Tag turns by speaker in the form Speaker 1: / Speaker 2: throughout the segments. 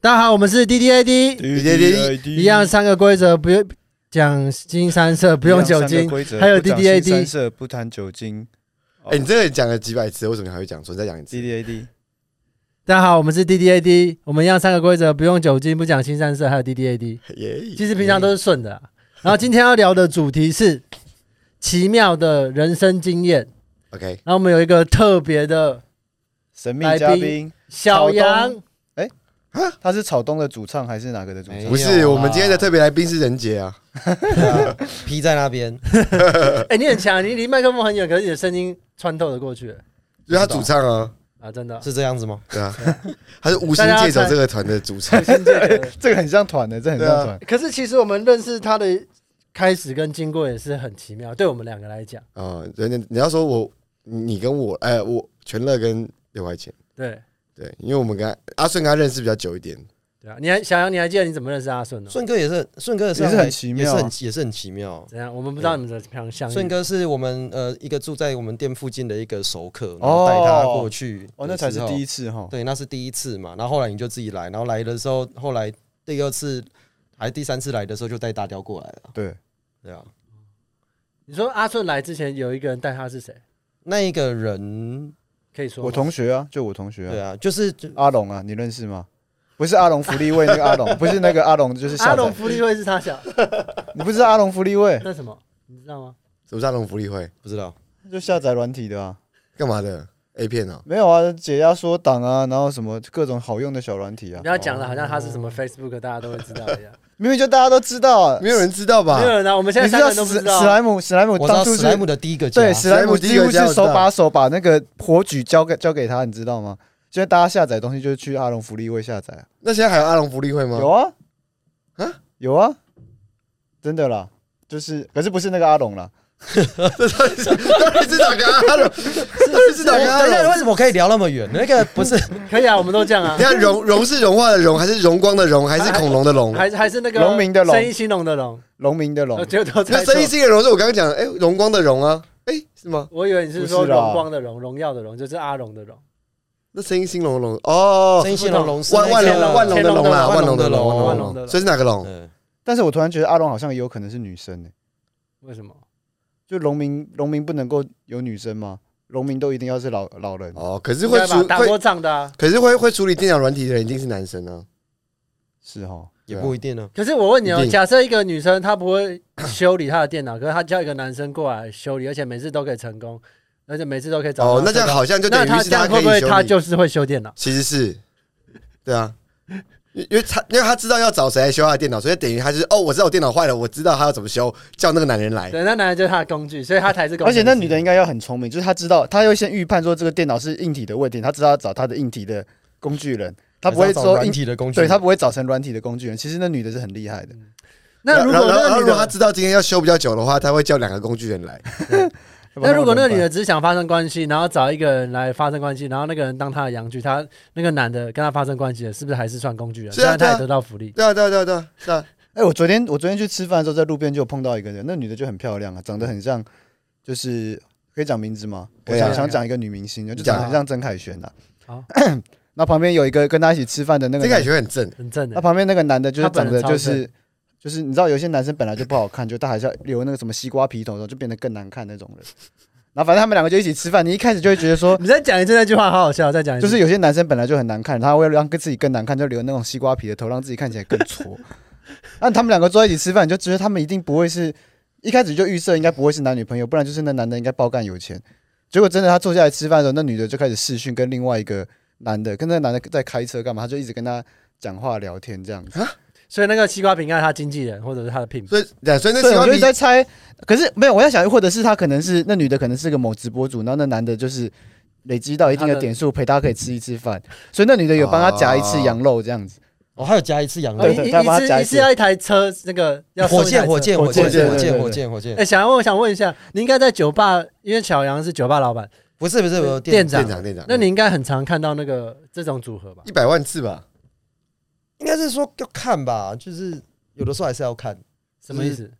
Speaker 1: 大家好，我们是 D D A D，
Speaker 2: 滴
Speaker 3: 滴
Speaker 2: 滴
Speaker 1: 一样三个规则，不用讲金三色，不用酒精。还有 DDAD
Speaker 2: 三色不谈酒精
Speaker 3: 哎、你真的讲了几百次，为什么你还会讲错？你再讲一次。
Speaker 2: ，DDAD
Speaker 1: 大家好，我们是 D D A D，我们一样三个规则，不用酒精，不讲新三色，还有 D D A D。
Speaker 3: 耶、
Speaker 1: 其实平常都是顺的啊、然后今天要聊的主题是奇妙的人生经验。
Speaker 3: OK，
Speaker 1: 然后我们有一个特别的
Speaker 2: 神秘嘉宾，
Speaker 1: 小
Speaker 2: 草
Speaker 1: 杨
Speaker 2: 东，他是草东的主唱还是哪个的主
Speaker 4: 没
Speaker 2: 唱
Speaker 4: 有？
Speaker 3: 不是
Speaker 4: 啦
Speaker 3: 我们今天的特别来宾是任杰啊，
Speaker 4: 披在那边，
Speaker 1: 哎、你很强，你离麦克风很远，可是你的声音穿透了过去
Speaker 3: 就是他主唱啊，
Speaker 1: 啊，真的。
Speaker 4: 是这样子吗？
Speaker 3: 对啊，他是无心
Speaker 1: 大家
Speaker 3: 借
Speaker 1: 要
Speaker 3: 走
Speaker 1: 猜。
Speaker 3: 这个团的主唱
Speaker 1: 新界的
Speaker 2: 这个很像团的，这很像团。
Speaker 1: 可是其实我们认识他的开始跟经过也是很奇妙，对我们两个来讲，
Speaker 3: 啊，人家你要说我，你跟我，哎、我全乐跟刘怀钱，
Speaker 1: 对
Speaker 3: 对，因为我们跟他阿顺跟他认识比较久一点，
Speaker 1: 对啊。你还小杨，你还记得你怎么认识阿顺的、
Speaker 4: 顺哥也是，顺哥也是
Speaker 2: 也是很奇妙
Speaker 4: 也是很也是很奇妙。
Speaker 1: 怎样？我们不知道你们怎么相遇。
Speaker 4: 顺哥是我们呃一个住在我们店附近的一个熟客，然后带他过去，
Speaker 2: 哦，那才是第一
Speaker 4: 一，
Speaker 2: 次哈。
Speaker 4: 对，那是第一次嘛。然后后来你就自己来，然后来的时候，后来第二次还是第三次来的时候就带大雕过来了，
Speaker 2: 对，
Speaker 4: 对啊。
Speaker 1: 你说阿顺来之前有一个人带他是谁？
Speaker 4: 那一个人，
Speaker 1: 可以说吗
Speaker 2: 我同学啊，就我同学
Speaker 4: 对
Speaker 2: 啊，
Speaker 4: 啊，就是就
Speaker 2: 阿龙啊，你认识吗？不是阿龙福利位那个阿龙，不是那个阿龙，就是
Speaker 1: 阿
Speaker 2: 下
Speaker 1: 龙
Speaker 2: 载。
Speaker 1: 福利会是他小，
Speaker 2: 你不知道阿龙福利位，
Speaker 1: 那什么你知道吗？
Speaker 3: 什么是阿龙福利会
Speaker 4: 不知道，
Speaker 2: 就下载软体的啊。
Speaker 3: 干嘛的 A 片哦、
Speaker 2: 没有啊，解压缩档啊，然后什么各种好用的小软体啊
Speaker 1: 你不，要讲了，好像他是什么 Facebook，大家都会知道一样。
Speaker 2: 明明就大家都知道啊。
Speaker 3: 没有人知道吧
Speaker 1: 没？有人啊，我们现在
Speaker 2: 你知
Speaker 1: 三个人
Speaker 2: 道
Speaker 1: 都不
Speaker 2: 史
Speaker 1: 知
Speaker 2: 史
Speaker 1: 道
Speaker 2: 莱
Speaker 1: 啊。
Speaker 2: 姆史莱姆
Speaker 4: 我知
Speaker 2: 当
Speaker 4: 道
Speaker 2: 初
Speaker 4: 史
Speaker 2: 是
Speaker 4: 莱姆的第一个家
Speaker 2: 对，史莱姆
Speaker 3: 第
Speaker 2: 几
Speaker 3: 一个
Speaker 2: 乎
Speaker 3: 家
Speaker 2: 是
Speaker 3: 我知
Speaker 2: 手
Speaker 3: 道
Speaker 2: 把手把那个火炬交给交给他，你知道吗？现在大家下载东西就是去阿龙福利会下载啊，
Speaker 3: 那现在还有阿龙福利会吗？
Speaker 2: 有啊，
Speaker 3: 啊，
Speaker 2: 有啊，真的啦，就是可是不是那个阿龙啦，
Speaker 3: 这到底是到底是哪个阿龙？到底是哪
Speaker 4: 等
Speaker 3: 个
Speaker 4: 一
Speaker 3: 阿
Speaker 4: 下，
Speaker 3: 龙？
Speaker 4: 哎为什么可以聊那么远？那个不是
Speaker 2: 哦
Speaker 1: 可以啊，我们都这样啊
Speaker 3: 你。看融融是融化的融，还是荣光的荣，还是恐龙的龙？
Speaker 1: 还是还是那个
Speaker 2: 农民的农
Speaker 1: 生意兴隆的隆，
Speaker 2: 龙明的龙
Speaker 1: 我，觉得都
Speaker 3: 那
Speaker 1: 在
Speaker 3: 生意兴的荣是我刚刚讲，的，哎、荣光的荣啊，哎、是吗？
Speaker 1: 我以为你是说
Speaker 2: 不是啦
Speaker 1: 荣光的荣，荣耀的荣，就是阿荣的荣。
Speaker 3: 那生意兴隆的隆哦，
Speaker 4: 生意兴隆隆是
Speaker 3: 万万
Speaker 4: 那个
Speaker 3: 隆万隆的隆啦，
Speaker 4: 万
Speaker 3: 隆
Speaker 4: 隆的
Speaker 3: 隆，
Speaker 4: 龙
Speaker 3: 万
Speaker 1: 万隆的
Speaker 3: 隆，
Speaker 1: 龙
Speaker 3: 所以是哪个龙？
Speaker 4: 嗯
Speaker 2: 但是我突然觉得阿龙好像也有可能是女生呢、
Speaker 1: 为什么？
Speaker 2: 就龙明龙明不能够有女生吗？龙明都一定要是老老人，
Speaker 3: 哦，可是会
Speaker 1: 对吧
Speaker 3: 处
Speaker 1: 打
Speaker 3: 会，
Speaker 1: 过仗的啊。
Speaker 3: 可是会会处理电脑软体的人一定是男生啊，
Speaker 2: 是哦哈，
Speaker 4: 也不一定呢。
Speaker 1: 可是我问你
Speaker 3: 一
Speaker 1: 哦，
Speaker 3: 定
Speaker 1: 假设一个女生她不会修理她的电脑，可是她叫一个男生过来修理，而且每次都可以成功，而且每次都可以找到
Speaker 3: 哦，那这样
Speaker 1: 成功，
Speaker 3: 好像就等
Speaker 1: 那
Speaker 3: 于
Speaker 1: 她
Speaker 3: 是
Speaker 1: 这样
Speaker 3: 可
Speaker 1: 会不会
Speaker 3: 以
Speaker 1: 她
Speaker 3: 修理，
Speaker 1: 就是会修电啊脑？
Speaker 3: 其实是，对啊。因因为他因为他知道要找谁来修他的电脑，所以等于他就是哦，我知道我电脑坏了，我知道他要怎么修，叫那个男人来。
Speaker 1: 对，那男人就是她的工具，所以她才是工具。
Speaker 2: 而且那女的应该要很聪明，就是她知道，她要先预判说这个电脑是硬体的问题，她知道要找她的硬体的工具人，她不会
Speaker 4: 还是要找
Speaker 2: 说
Speaker 4: 软
Speaker 2: 硬，
Speaker 4: 体的工具，
Speaker 2: 对她不会找成软体的工具人。其实那女的是很厉害的，
Speaker 1: 那如
Speaker 3: 然后
Speaker 1: 果
Speaker 3: 然后然
Speaker 1: 那
Speaker 3: 后
Speaker 1: 女
Speaker 3: 如果他
Speaker 1: 的，
Speaker 3: 知道今天要修比较久的话，他会叫两个工具人来。
Speaker 1: 那如果那女
Speaker 2: 要不然她怎么办
Speaker 1: 的只是想发生关系，然后找一个人来发生关系，然后那个人当她的阳具，她那个男的跟她发生关系了，是不是还是算工具人？
Speaker 3: 是啊
Speaker 1: 虽然她
Speaker 3: 对
Speaker 1: 也
Speaker 3: 啊
Speaker 1: 得到福利。
Speaker 3: 对啊，对啊，对啊，对啊，是啊。
Speaker 2: 哎、我昨天我昨天去吃饭的时候，在路边就有碰到一个人，那女的就很漂亮啊，长得很像，就是可以讲名字吗？
Speaker 3: 可以啊
Speaker 2: 我想想讲一个女明星，就长
Speaker 3: 讲啊
Speaker 2: 得很像曾凯旋呐、
Speaker 1: 好
Speaker 2: 那旁边有一个跟她一起吃饭的那个
Speaker 3: 这
Speaker 2: 男，
Speaker 3: 感觉很正，
Speaker 1: 很正
Speaker 2: 那
Speaker 1: 的，
Speaker 2: 旁边那个男的，就是
Speaker 1: 他本
Speaker 2: 长
Speaker 1: 人
Speaker 2: 得
Speaker 1: 超
Speaker 2: 就是就是你知道，有些男生本来就不好看，就他还是要留那个什么西瓜皮头，然后就变得更难看那种人。然后反正他们两个就一起吃饭，你一开始就会觉得说，
Speaker 1: 你再讲一次那句话，好好笑，再讲一次。
Speaker 2: 就是有些男生本来就很难看，他为了让自己更难看，就留那种西瓜皮的头，让自己看起来更 挫。那他们两个坐在一起吃饭，你就觉得他们一定不会是一开始就预设应该不会是男女朋友，不然就是那男的应该爆干有钱。结果真的他坐下来吃饭的时候，那女的就开始视讯跟另外一个男的，跟那个男的在开车干嘛，他就一直跟他讲话聊天这样子。
Speaker 1: 所以那个西瓜饼干，他经纪人或者是他的品牌，
Speaker 3: 所以对啊所以那
Speaker 2: 对，
Speaker 3: 西
Speaker 2: 我
Speaker 3: 瓜
Speaker 2: 就一直
Speaker 3: 皮
Speaker 2: 在猜，可是没有，我在想，或者是他可能是那女的，可能是个某直播主，然后那男的就是累积到一定
Speaker 1: 他
Speaker 2: 的
Speaker 1: 的
Speaker 2: 点数，陪他可以吃一次饭，所以那女的有帮他夹一次
Speaker 3: 哦
Speaker 2: 羊肉这样子。
Speaker 4: 哦，还有加一次羊肉
Speaker 1: 哦，
Speaker 2: 对
Speaker 1: 一一
Speaker 2: 他把它
Speaker 1: 一次
Speaker 2: 夹
Speaker 1: 一
Speaker 2: 一
Speaker 1: 次
Speaker 2: 次
Speaker 1: 要一台车，那个要送
Speaker 4: 火
Speaker 1: 一台
Speaker 4: 箭，
Speaker 1: 车
Speaker 4: 火箭，
Speaker 2: 火箭
Speaker 4: 火箭，火
Speaker 2: 对对
Speaker 4: 箭，
Speaker 2: 对
Speaker 4: 火箭，火箭
Speaker 1: 哎，，想要问，我想问一下，你应该在酒吧，因为小杨是酒吧老板，
Speaker 4: 不是不是，我
Speaker 1: 店
Speaker 3: 店
Speaker 1: 长
Speaker 3: 长店长，
Speaker 1: 那你应该很常看到那个这种组合吧？
Speaker 3: 一百万次吧？
Speaker 4: 应该是说要看吧，就是有的时候还是要看。
Speaker 1: 什么意思？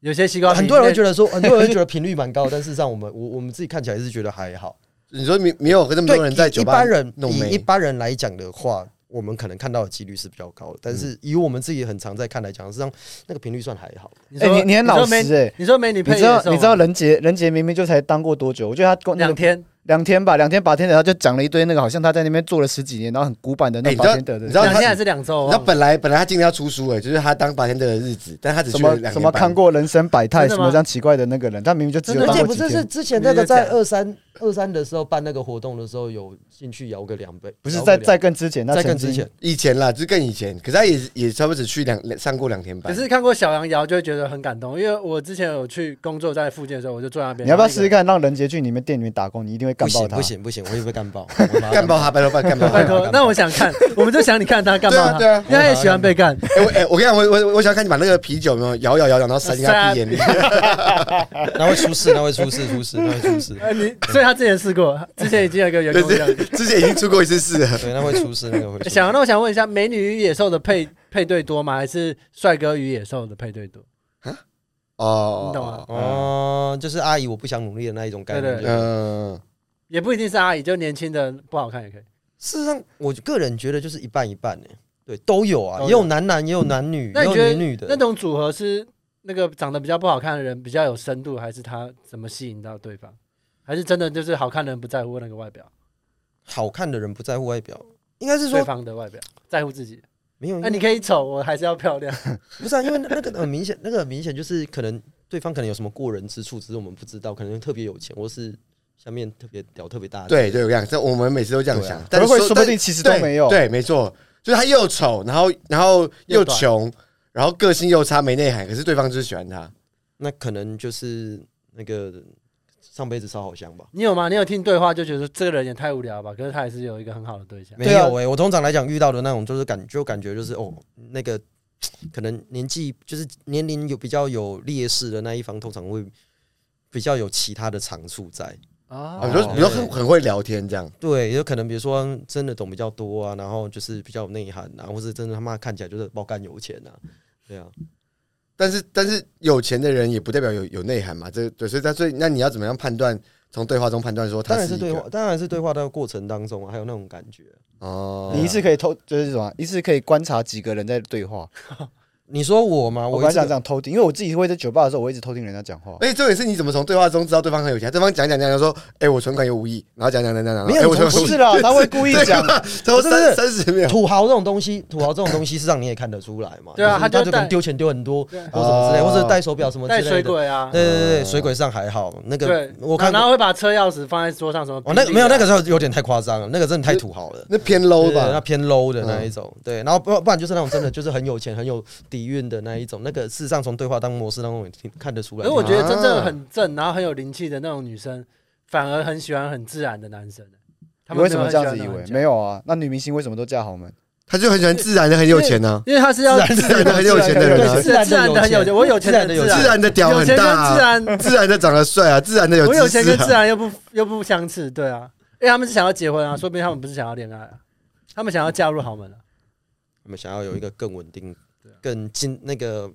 Speaker 1: 有些西瓜皮，
Speaker 4: 很多人会觉得说，很多人会觉得频率蛮高， 但事实上我们我我们自己看起来是觉得还好。
Speaker 3: 你说没没有那么
Speaker 4: 对
Speaker 3: 多人在，
Speaker 4: 以
Speaker 3: 酒
Speaker 4: 一
Speaker 3: 吧
Speaker 4: 般人
Speaker 3: 弄
Speaker 4: 以
Speaker 3: 没
Speaker 4: 一般人来讲的话，我们可能看到的几率是比较高的，但是以我们自己很常在看来讲，实际上那个频率算还好。
Speaker 1: 你
Speaker 2: 哎、
Speaker 1: 说
Speaker 2: 你你很老实哎、
Speaker 1: 你说美女
Speaker 2: 你
Speaker 1: 配
Speaker 2: 知
Speaker 1: 也
Speaker 2: 道
Speaker 1: 是
Speaker 2: 你知道
Speaker 1: 吗
Speaker 2: 任杰任杰明明就才当过多久？我觉得他光那
Speaker 1: 两
Speaker 2: 个
Speaker 1: 天，
Speaker 2: 两天吧，两天把天的，他就讲了一堆那个，好像他在那边做了十几年，然后很古板的
Speaker 3: 哎
Speaker 2: 那
Speaker 3: 你
Speaker 2: 把
Speaker 3: 知道
Speaker 2: 天的的
Speaker 3: 你知道
Speaker 1: 两
Speaker 3: 他
Speaker 1: 天还是两周？我忘
Speaker 3: 那
Speaker 1: 了
Speaker 3: 本来本来他今年要出书哎、就是他当白天的日子，但他只
Speaker 2: 什
Speaker 3: 去了
Speaker 2: 么
Speaker 3: 两
Speaker 2: 什么看过人生百
Speaker 1: 真
Speaker 2: 态，
Speaker 1: 的
Speaker 2: 什
Speaker 1: 吗
Speaker 2: 么这样奇怪的那个人，他明明就只有
Speaker 4: 而
Speaker 2: 当
Speaker 4: 且
Speaker 2: 过
Speaker 4: 不
Speaker 2: 几
Speaker 4: 是是
Speaker 2: 天，
Speaker 4: 之前那个
Speaker 1: 你
Speaker 4: 在
Speaker 1: 就
Speaker 4: 二三二三的时候办那个活动的时候，有兴趣摇个两杯，
Speaker 2: 不是
Speaker 4: 摇
Speaker 2: 在
Speaker 4: 个两
Speaker 2: 在更之前，他
Speaker 4: 在更
Speaker 2: 曾经
Speaker 4: 之前，
Speaker 3: 以前啦，就是更以前，可是他也也差不多只去两上过两天
Speaker 1: 可
Speaker 3: 班。
Speaker 1: 是看过小羊摇就会觉得很感动，因为我之前有去工作在附近的时候，我就坐在那边。
Speaker 2: 你要不要
Speaker 1: 然
Speaker 2: 试
Speaker 1: 后一
Speaker 2: 试
Speaker 1: 个？
Speaker 2: 看让任杰去你们店里面打工？你一定会
Speaker 4: 不
Speaker 2: 干爆
Speaker 4: 行
Speaker 2: 他。
Speaker 4: 不行不行，我也被干 爆，
Speaker 3: 干爆他，拜托拜干爆
Speaker 1: 拜
Speaker 3: 他！
Speaker 1: 托，那我想看，我们就想你看他干
Speaker 3: 对
Speaker 1: 嘛
Speaker 3: 啊？对啊，
Speaker 1: 因为他也喜欢被干，
Speaker 3: 哎、我哎、我跟你讲，我我我想看你把那个啤酒有没有摇摇摇摇，然后塞进他屁眼里。
Speaker 4: 那会出事，那会出事，出事，那会出 事，
Speaker 1: 呃，你所以他之前试过，之前已经有一个员工这样子。
Speaker 3: 之前已经出过一次事了，
Speaker 4: 对，那会出事，那个会出事。
Speaker 1: 想那我想问一下，美女与野兽的配配对多吗？还是帅哥与野兽的配对多？
Speaker 3: 哦，
Speaker 1: 你懂吗
Speaker 4: 哦，就是阿姨，我不想努力的那一种概念。
Speaker 1: 对
Speaker 4: 就是
Speaker 3: 嗯，
Speaker 1: 也不一定是阿姨，就年轻的不好看也可以。
Speaker 4: 事实上，我个人觉得就是一半一半呢，对，都有啊，
Speaker 1: 都有嗯
Speaker 4: 也有男男，也有男女，
Speaker 1: 那
Speaker 4: 也
Speaker 1: 你
Speaker 4: 有
Speaker 1: 觉得
Speaker 4: 女女的
Speaker 1: 那。种组合是那个长得比较不好看的人比较有深度，还是他怎么吸引到对方？还是真的就是好看的人不在乎那个外表，
Speaker 4: 好看的人不在乎外表，应该是
Speaker 1: 对
Speaker 4: 说嗯
Speaker 1: 方的外表在乎自己？
Speaker 4: 没有，
Speaker 1: 那你可以丑，我还是要漂亮。
Speaker 4: 不是啊，因为那个很明显，那个很明显就是可能对方可能有什么过人之处，只是我们不知道，可能特别有钱，或是下面特别屌、特别大。，
Speaker 3: 对对，我跟你讲，这我们每次都这样
Speaker 4: 对
Speaker 3: 想
Speaker 4: 啊，
Speaker 3: 但是
Speaker 2: 可是会说不定其实都没有
Speaker 3: 对，对没错，就是他又丑，然后然后又穷，然后个性又差，没内涵，可是对方就是喜欢他。
Speaker 4: 那可能就是那个上辈子烧好香吧。
Speaker 1: 你有吗？你有听对话就觉得这个人也太无聊吧？可是他还是有一个很好的对象。
Speaker 4: 没
Speaker 2: 对啊
Speaker 4: 有哎、我通常来讲遇到的那种就是感就感觉就是哦，那个可能年纪就是年龄有比较有劣势的那一方，通常会比较有其他的长处在。
Speaker 1: 啊
Speaker 3: 啊，你说
Speaker 4: 哦
Speaker 3: 你说很很会聊天这样，
Speaker 4: 对，有可能比如说真的懂比较多啊，然后就是比较有内涵啊，或是真的他妈看起来就是爆干有钱啊，对啊，
Speaker 3: 但是但是有钱的人也不代表有有内涵嘛，这对，所以他所以那你要怎么样判断？从对话中判断说
Speaker 4: 当
Speaker 3: 他
Speaker 4: 然
Speaker 3: 是
Speaker 4: 是
Speaker 3: 一
Speaker 4: 对
Speaker 3: 个
Speaker 4: 话，当然是对话的过程当中啊，还有那种感觉。
Speaker 3: 哦，
Speaker 2: 你一次可以偷，就是什么啊？一次可以观察几个人在对话。
Speaker 4: 你说我吗？
Speaker 2: 我
Speaker 4: 我
Speaker 2: 本
Speaker 4: 一
Speaker 2: 来想
Speaker 4: 直
Speaker 2: 这样偷听，因为我自己会在酒吧的时候，我一直偷听人家讲话。
Speaker 3: 而哎且重点是你怎么从对话中知道对方很有钱？对方讲讲讲讲说，哎、我存款有五亿，然后讲讲讲讲讲，
Speaker 4: 没有
Speaker 3: 哎我
Speaker 4: 你从
Speaker 3: 存
Speaker 2: 不
Speaker 3: 款五
Speaker 2: 是
Speaker 3: 亿，
Speaker 2: 啦，他会故意 讲，
Speaker 3: 他说
Speaker 4: 不是
Speaker 3: 三三十秒，
Speaker 4: 土豪这种东西，土豪这种东西是让你也看得出来嘛。
Speaker 1: 对啊
Speaker 4: 就
Speaker 1: 他
Speaker 4: 是他
Speaker 1: 就
Speaker 4: 就可
Speaker 1: 带
Speaker 4: 能丢钱丢很多，或
Speaker 1: 对
Speaker 4: 什么之类，
Speaker 3: 哦
Speaker 4: 或者带手表什么之
Speaker 1: 带
Speaker 4: 类的。
Speaker 1: 水鬼啊，
Speaker 4: 对对对，水鬼上还好，那个
Speaker 1: 对，
Speaker 4: 我
Speaker 1: 然后啊
Speaker 4: 看过
Speaker 1: 然后会把车钥匙放在桌上，什么、
Speaker 4: 哦，那个没有那个，时候有点太夸张了，那个真的太土豪了。
Speaker 3: 那偏
Speaker 4: 对
Speaker 3: low
Speaker 4: 对啊那
Speaker 3: 吧？
Speaker 4: 偏 low 的那一种，对，然后不不然就是那种真的就是很有钱、很有底蕴的那一种，那个事实上从对话当模式当中也挺看得出
Speaker 1: 可
Speaker 4: 来
Speaker 1: 是
Speaker 4: 的。
Speaker 1: 我觉得真正
Speaker 3: 啊
Speaker 1: 很正，然后很有灵气的那种女生，反而很喜欢很自然的男生。 他
Speaker 2: 你
Speaker 1: 们
Speaker 2: 为什么
Speaker 1: 没有很
Speaker 2: 这样子
Speaker 1: 喜
Speaker 2: 以
Speaker 1: 欢
Speaker 2: 为
Speaker 1: 那？种
Speaker 2: 没有啊，那女明星为什么都嫁豪门？
Speaker 3: 他就很喜欢自然的很有钱呢、
Speaker 1: 因为他是
Speaker 4: 啊
Speaker 1: 要
Speaker 3: 自然的很有钱的人啊
Speaker 1: 对，
Speaker 4: 对
Speaker 1: 自然
Speaker 4: 自然
Speaker 1: 的
Speaker 4: 的
Speaker 1: 很
Speaker 4: 很
Speaker 1: 有
Speaker 4: 有
Speaker 1: 钱，
Speaker 4: 钱
Speaker 1: 我有钱
Speaker 4: 自然
Speaker 1: 很
Speaker 4: 的有
Speaker 1: 自
Speaker 4: 钱
Speaker 3: 自然的屌
Speaker 1: 有
Speaker 3: 很
Speaker 1: 钱跟
Speaker 3: 大、啊
Speaker 1: 自然，
Speaker 3: 自然的长得帅啊，自然的有
Speaker 1: 我有
Speaker 3: 知
Speaker 1: 钱
Speaker 3: 识
Speaker 1: 跟自
Speaker 3: 啊。
Speaker 1: 然又不又不相似，对啊，因为他们是想要结婚啊，说不定他们不是想要恋爱啊，他们想要嫁入豪门啊。
Speaker 4: 我们想要有一个更稳定、更金那个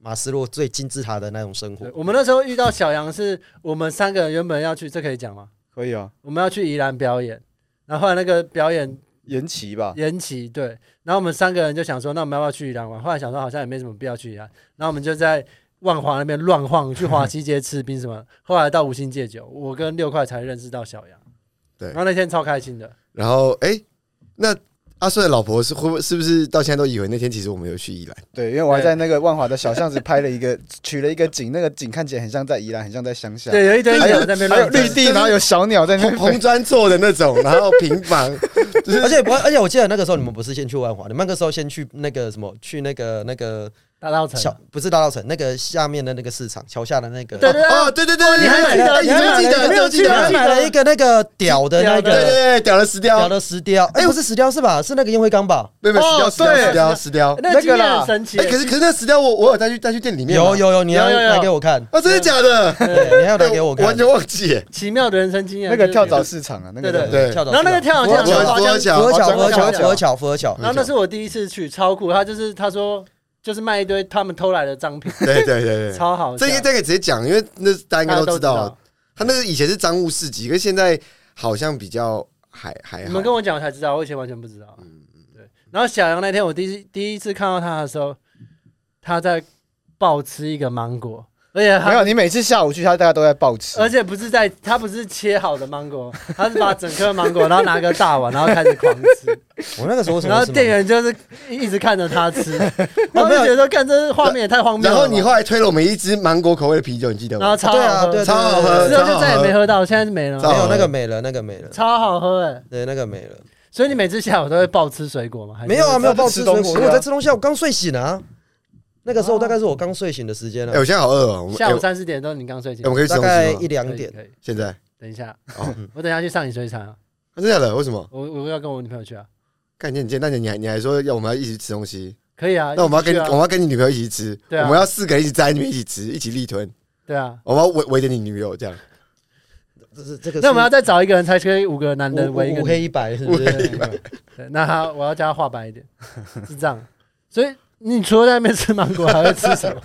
Speaker 4: 马斯洛最金字塔的那种生活
Speaker 1: 对，我们那时候遇到小杨，是我们三个人原本要去，这可以讲吗？
Speaker 2: 可以啊，
Speaker 1: 我们要去宜兰表演，然后后来那个表演
Speaker 2: 延期吧。
Speaker 1: 延期，对。然后我们三个人就想说，那我们要不要去宜兰玩？后来想说好像也没什么必要去宜兰，然后我们就在万华那边乱晃，去华西街吃冰什么。后来到五星戒酒，我跟六块才认识到小杨，
Speaker 3: 对
Speaker 1: 然后那天超开心的，
Speaker 3: 然后，哎、那阿顺的老婆是会不会是不是到现在都以为那天其实我们有去 宜兰？
Speaker 2: 对，因为我还在那个万华的小巷子拍了一个，取了一个景，那个景看起来很像在宜兰，很像在乡下。
Speaker 1: 对，有一堆
Speaker 2: 啊还
Speaker 1: 人
Speaker 2: 有
Speaker 1: 在那边
Speaker 2: 还有
Speaker 1: 乱
Speaker 2: 绿
Speaker 1: 讲
Speaker 2: 地，然后有小鸟在那
Speaker 3: 红
Speaker 2: 边飞
Speaker 3: 红。砖做的那种，然后平房，就是
Speaker 4: 而且不，而且我记得那个时候你们不是先去万华，你们那个时候先去那个什么，去那个那个
Speaker 1: 大稻城
Speaker 4: 小
Speaker 1: 啊。
Speaker 4: 不是大稻城，那个下面的那个市场桥下的那个，
Speaker 1: 对对对
Speaker 3: 哦，对对对，
Speaker 1: 你还记得
Speaker 3: 记得，
Speaker 1: 你
Speaker 3: 你
Speaker 1: 还
Speaker 3: 还记
Speaker 1: 买了
Speaker 3: 得，
Speaker 1: 没
Speaker 3: 你
Speaker 1: 有
Speaker 3: 还
Speaker 1: 去
Speaker 3: 记
Speaker 4: 你还
Speaker 3: 得，
Speaker 4: 买了一个那个屌的那
Speaker 1: 屌
Speaker 3: 对对
Speaker 4: 个
Speaker 3: 对，屌了石
Speaker 4: 屌
Speaker 3: 雕，
Speaker 4: 的石雕，哎，
Speaker 3: 哎
Speaker 4: 不是石雕是吧？是那个烟灰缸吧？
Speaker 3: 没有没有石雕
Speaker 2: 哦
Speaker 3: 石雕
Speaker 2: 对
Speaker 3: 石雕石雕，
Speaker 1: 那个经
Speaker 2: 那个
Speaker 1: 验
Speaker 2: 啦
Speaker 1: 很神奇
Speaker 3: 哎、，可是可是那石雕我我有带去带去店里面吗，
Speaker 4: 有有有，你要
Speaker 1: 有有有
Speaker 4: 拿给我看，
Speaker 3: 啊，真的假的？
Speaker 4: 对，你还要拿给我
Speaker 3: 我完
Speaker 4: 看
Speaker 3: 全。忘记耶。
Speaker 1: 奇妙的人生经验。
Speaker 2: 那个跳蚤
Speaker 1: 就是
Speaker 2: 市场啊，那
Speaker 1: 对
Speaker 2: 个
Speaker 1: 对
Speaker 2: 叫
Speaker 1: 对然后
Speaker 2: 什么
Speaker 3: 对
Speaker 4: 跳蚤
Speaker 1: 那个
Speaker 4: 啊
Speaker 1: 跳
Speaker 3: 我
Speaker 1: 蚤市场，
Speaker 3: 我我
Speaker 4: 佛
Speaker 3: 讲，
Speaker 4: 巧
Speaker 1: 佛
Speaker 4: 佛
Speaker 1: 巧
Speaker 4: 巧佛巧佛巧，
Speaker 1: 然后那是我第一次去，超酷。他就是他说就是卖一堆他们偷来的赃品，
Speaker 3: 对对对对，
Speaker 1: 超好笑。
Speaker 3: 这个这个直接讲，因为那大家应
Speaker 1: 大
Speaker 3: 该
Speaker 1: 家
Speaker 3: 都
Speaker 1: 都
Speaker 3: 知道啊，。他那个以前是赃物市集，可是现在好像比较还还
Speaker 1: 你
Speaker 3: 哎好
Speaker 1: 们。跟我讲我才知道，我以前完全不知道。嗯对，然后小杨那天我第一第一次看到他的时候，他在暴吃一个芒果，而且
Speaker 2: 没
Speaker 1: 他
Speaker 2: 有，你每次下午去，他大家都在暴吃，
Speaker 1: 而且不是在他不是切好的芒果， 他是把整颗芒果，然后拿个大碗，然后开始狂吃，
Speaker 4: 我那个时候为什么
Speaker 1: 然后
Speaker 4: 是
Speaker 1: 店
Speaker 4: 芒
Speaker 1: 员就是一直看着他吃，然后就觉得说干这画面也太荒谬
Speaker 3: 然
Speaker 1: 了吧。
Speaker 3: 后你后来推了我们一支芒果口味的啤酒，你记得
Speaker 1: 然
Speaker 3: 吗
Speaker 1: 后？超
Speaker 4: 对
Speaker 1: 好
Speaker 4: 啊
Speaker 1: 喝，
Speaker 4: 对
Speaker 3: 超好喝，
Speaker 1: 之
Speaker 3: 超
Speaker 1: 后就
Speaker 3: 好
Speaker 1: 再也没
Speaker 3: 喝。
Speaker 1: 喝到，现在是没了
Speaker 3: 超
Speaker 1: 嘛，
Speaker 3: 好
Speaker 4: 没有
Speaker 3: 喝
Speaker 4: 那个没了，那个没了，
Speaker 1: 超好喝哎、
Speaker 4: 对，那个没了，
Speaker 1: 所以你每次下午都会暴吃水果吗？还是
Speaker 4: 没有啊，没有暴
Speaker 2: 吃
Speaker 4: 吃水
Speaker 2: 东
Speaker 4: 果，
Speaker 2: 西啊
Speaker 4: 我在吃东西啊，我刚睡醒啊，那个时候大概是我刚睡醒的时间啊
Speaker 3: 哎、
Speaker 4: 了
Speaker 3: 我，现在好饿哦、我们
Speaker 1: 下午
Speaker 3: 哎
Speaker 1: 三四点都是你刚睡醒
Speaker 3: 我，们可以吃
Speaker 4: 大
Speaker 3: 东
Speaker 4: 概
Speaker 3: 西
Speaker 4: 一
Speaker 3: 吗？
Speaker 1: 可
Speaker 4: 两
Speaker 1: 以
Speaker 4: 点，
Speaker 1: 可以。
Speaker 3: 现在、啊、
Speaker 1: 等一下，
Speaker 3: 哦
Speaker 1: 我等一下去上你水产啊，
Speaker 3: 真的假的？为什么？
Speaker 1: 我我要跟我女朋友去啊，
Speaker 3: 看见你见，那你你还你还说要我们要一起吃东西？
Speaker 1: 可以啊。
Speaker 3: 那我们要
Speaker 1: 一起
Speaker 3: 跟
Speaker 1: 去
Speaker 3: 你
Speaker 1: 啊
Speaker 3: 我们要跟你女朋友一起吃，
Speaker 1: 对啊
Speaker 3: 我们要四个人一起在里面一起吃，一起力吞，
Speaker 1: 对啊，
Speaker 3: 我们要围围着你女友这样。
Speaker 4: 这是这个是
Speaker 1: 那我们要再找一个人才可以五个男的
Speaker 4: 五
Speaker 1: 围一个
Speaker 4: 五
Speaker 1: 女
Speaker 4: 黑一白，是不是？
Speaker 1: 对那他我要叫他画白一点，是这样。所以你除了在那边吃芒果，还会吃 什么？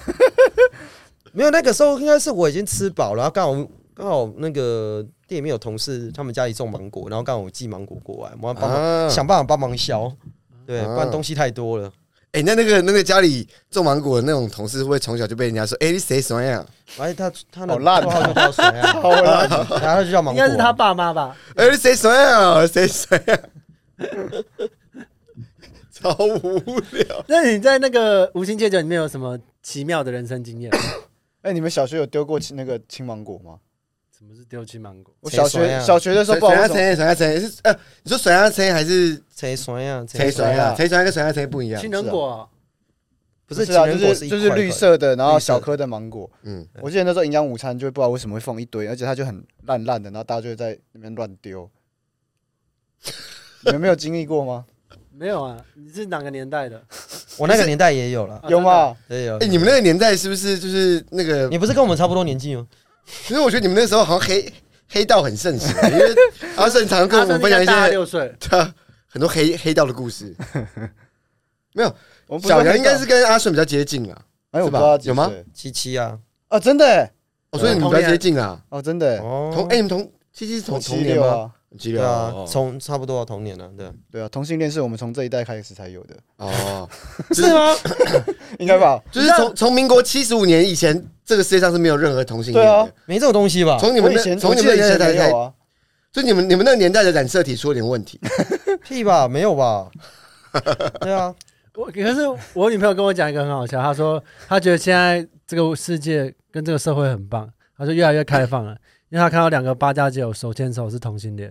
Speaker 4: 没有，那个时候应该是我已经吃饱了，然后刚好刚好那个店里面有同事，他们家里种芒果，然后刚好我寄芒果过来，我要帮忙、
Speaker 3: 啊，
Speaker 4: 想办法帮忙削，对，
Speaker 3: 啊
Speaker 4: 不然东西太多了。
Speaker 3: 哎、那那个那个家里种芒果的那种同事，会不会从小就被人家说，哎、你谁什么样？
Speaker 4: 而哎且他他的
Speaker 2: 好烂
Speaker 4: 绰号就叫谁啊？
Speaker 2: 好啦，
Speaker 4: 然后就叫芒
Speaker 1: 应
Speaker 4: 果啊，
Speaker 1: 该是他爸妈吧？
Speaker 3: 哎、你谁什么样？谁谁样？ 超无聊。
Speaker 1: 那你在那个无心戒酒里面有什么奇妙的人生经验吗？
Speaker 2: 哎、你们小学有丢过青那个青芒果吗？
Speaker 1: 什么是丢弃芒果？
Speaker 2: 我小
Speaker 4: 谁甩
Speaker 2: 学
Speaker 4: 啊
Speaker 2: 小学的时候
Speaker 3: 水
Speaker 2: 不好
Speaker 3: 下
Speaker 2: 意思，
Speaker 3: 谁？水下谁？是呃，你说水下谁还是
Speaker 4: 谁酸呀？谁
Speaker 3: 谁水
Speaker 2: 酸呀
Speaker 3: 下？谁啊水下跟水下谁不一样
Speaker 1: 青？人果哦
Speaker 4: 不是
Speaker 2: 是啊，就
Speaker 4: 情人果
Speaker 2: 是
Speaker 4: 是
Speaker 2: 就是绿
Speaker 4: 一块一块
Speaker 2: 色的，然后
Speaker 4: 绿色
Speaker 2: 小
Speaker 4: 的
Speaker 2: 颗的芒果。
Speaker 3: 嗯，
Speaker 2: 我记得那时候营养午餐就不知道为什么会放一堆，而且它就很烂烂的，然后大家就会在那边乱丢。你们没有经历过 吗？
Speaker 1: 没有啊？你是哪个年代的？
Speaker 4: 我那个年代也有了，
Speaker 1: 啊
Speaker 2: 有？吗？
Speaker 4: 也有。
Speaker 3: 哎、你们那个年代是不是就是那个
Speaker 4: 你不是跟我们差不多年纪吗？
Speaker 3: 其实我觉得你们那时候好像黑黑道很盛行，啊因为阿盛常
Speaker 1: 真
Speaker 3: 跟
Speaker 1: 的
Speaker 3: 我们分
Speaker 1: 他说应该
Speaker 3: 享一
Speaker 1: 大他
Speaker 3: 些
Speaker 1: 六岁，
Speaker 3: 他很多黑黑道的故事。
Speaker 2: 我们不是
Speaker 3: 小
Speaker 2: 黑
Speaker 3: 杨应该
Speaker 2: 道
Speaker 3: 是跟阿顺比较接近啊，
Speaker 2: 哎，我不
Speaker 3: 是吧
Speaker 2: 知道他几
Speaker 3: 有吗
Speaker 2: 岁？
Speaker 4: 七七啊，
Speaker 2: 啊，真的欸
Speaker 3: 哦，所以你们比较接近啊。
Speaker 2: 哦，真的欸，
Speaker 3: 同
Speaker 4: 哦
Speaker 3: 哎，，你们同七七是同
Speaker 2: 七
Speaker 3: 同年
Speaker 2: 六
Speaker 3: 吗？
Speaker 2: 啊，
Speaker 3: 七
Speaker 4: 对
Speaker 3: 六
Speaker 4: 啊，
Speaker 3: 哦
Speaker 4: 从差不多啊同年啊，对啊。
Speaker 2: 对啊，同性恋是我们从这一代开始才有的，
Speaker 3: 哦，
Speaker 1: 是吗？
Speaker 2: 应该 吧？
Speaker 3: 就是从从民国七十五年以前，这个世界上是没有任何同性
Speaker 2: 对啊
Speaker 3: 恋的。
Speaker 4: 没这种东西吧？
Speaker 3: 从你
Speaker 2: 我
Speaker 3: 们
Speaker 2: 以前
Speaker 3: 那从
Speaker 2: 我
Speaker 3: 你
Speaker 2: 记
Speaker 3: 们
Speaker 2: 得以
Speaker 3: 那个
Speaker 2: 前
Speaker 3: 年
Speaker 2: 没
Speaker 3: 代
Speaker 2: 有
Speaker 3: 才，
Speaker 2: 啊，
Speaker 3: 就你们你们那个年代的染色体出了点问题。
Speaker 4: 屁吧，没有吧？对啊，
Speaker 1: 我可是我女朋友跟我讲一个很好笑，她说 她觉得现在这个世界跟这个社会很棒，她说越来越开放了，因为她看到两个八加九手牵手是同性恋，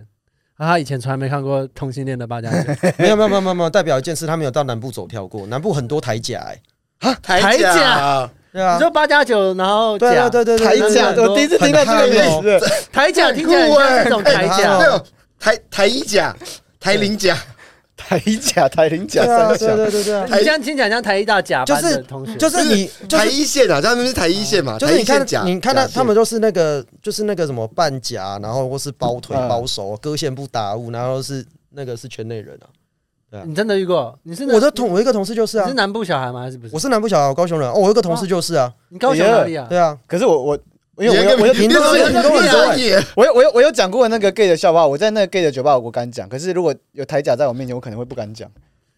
Speaker 1: 啊，她以前从来没看过同性恋的八加九，
Speaker 4: 没有没有没有没有没有，代表一件事，他没有到南部走跳过，南部很多台甲哎、
Speaker 2: 啊
Speaker 1: 台甲
Speaker 3: 甲，
Speaker 4: 对 啊
Speaker 1: 你，说八加九，然后
Speaker 4: 对
Speaker 1: 甲
Speaker 4: 啊对对对，
Speaker 2: 台
Speaker 4: 对
Speaker 2: 甲，
Speaker 1: 很多
Speaker 2: 我第一次 听到这个
Speaker 4: 很
Speaker 2: 名字，
Speaker 1: 台甲听起来很像是这种台
Speaker 4: 很
Speaker 1: 甲
Speaker 4: 酷
Speaker 3: 没
Speaker 4: 欸，
Speaker 2: 哦
Speaker 3: 有台台一甲、台零甲，
Speaker 2: 台甲、台零甲、
Speaker 4: 对啊
Speaker 2: 三
Speaker 4: 对
Speaker 2: 甲，
Speaker 4: 对对对啊
Speaker 1: 你这样听起来像台一大甲班的同学，
Speaker 4: 就是你就
Speaker 3: 台
Speaker 4: 是
Speaker 3: 一线啊，他们是台一线嘛，
Speaker 4: 就
Speaker 3: 台
Speaker 4: 是
Speaker 3: 一
Speaker 4: 你
Speaker 3: 线
Speaker 4: 看
Speaker 3: 甲
Speaker 4: 你看到
Speaker 3: 甲线
Speaker 4: 他们都是那个就是那个什么半甲，然后或是包腿
Speaker 2: 嗯
Speaker 4: 包手，割线不打雾，然后是那个是圈内人啊。
Speaker 1: 你真的遇过？你是
Speaker 4: 我
Speaker 1: 的
Speaker 4: 的同我一个同事就是啊
Speaker 1: 你是，南部小孩吗？还是不
Speaker 4: 我
Speaker 1: 是？
Speaker 4: 是南部小孩，我高雄人，哦，我有一个同事就是啊，
Speaker 1: 你高雄哪里啊？
Speaker 4: 对啊，
Speaker 2: 可是我我，因为
Speaker 3: 你
Speaker 2: 我有我有
Speaker 3: 你
Speaker 4: 屏
Speaker 3: 那
Speaker 4: 东
Speaker 3: 时候
Speaker 4: 人
Speaker 3: 你跟我
Speaker 2: 屏
Speaker 3: 说
Speaker 2: 东
Speaker 3: 而
Speaker 2: 人
Speaker 3: 已，
Speaker 2: 我有我有我有讲过那个 gay 的笑话，我在那个 gay 的酒吧我敢讲，可是如果有台甲在我面前，我可能会不敢讲，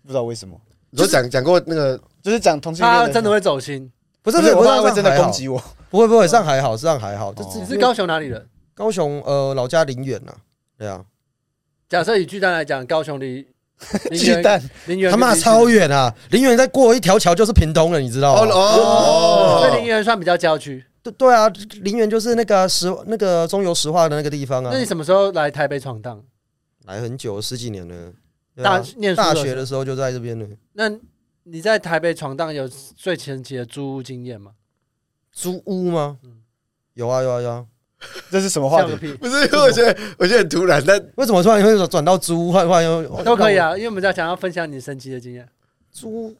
Speaker 2: 不知道为什么。
Speaker 3: 你说讲讲过那个
Speaker 2: 就是讲同性恋
Speaker 1: 他真的会走心。
Speaker 4: 不是
Speaker 2: 不
Speaker 4: 不
Speaker 2: 是，
Speaker 4: 是，
Speaker 2: 我
Speaker 4: 不是
Speaker 2: 怕他会真的攻，
Speaker 4: 这样还好
Speaker 2: 击我。
Speaker 4: 不会不会，这样还好，这样还好，就
Speaker 2: 哦
Speaker 4: 是
Speaker 1: 你是高雄哪里人？
Speaker 4: 高雄呃老家林远啊，对啊，
Speaker 1: 假设以巨蛋来讲，高雄 离林
Speaker 2: 巨
Speaker 1: 园
Speaker 2: 蛋，
Speaker 1: 林园
Speaker 4: 他妈
Speaker 1: 跟林
Speaker 4: 超远啊！林园再过一条桥就是屏东了，你知
Speaker 2: 哦
Speaker 4: 道
Speaker 1: 哦
Speaker 4: 吗？
Speaker 1: 所以林
Speaker 3: 哦
Speaker 1: 园算比较郊区。
Speaker 4: 对对啊，林园就是那个啊石那个中油石化的那个地方啊
Speaker 1: 那，你什么时候来台北闯荡？
Speaker 4: 来很久十几年了。对
Speaker 1: 大
Speaker 4: 啊
Speaker 1: 念书
Speaker 4: 大
Speaker 1: 的时
Speaker 4: 学
Speaker 1: 候
Speaker 4: 的时候就在这边了，
Speaker 1: 那你在台北闯荡有最前期的租屋经验吗？
Speaker 4: 租屋吗
Speaker 1: 嗯？
Speaker 4: 有啊有啊有啊！
Speaker 2: 这是什么话
Speaker 1: 笑个
Speaker 2: 题？
Speaker 1: 屁，
Speaker 3: 不是，因为我觉得我觉得很突然，但
Speaker 4: 为什么突然会转到租屋？换换又哦
Speaker 1: 都可以。啊，因为我们在想要分享你神奇的经验。
Speaker 4: 租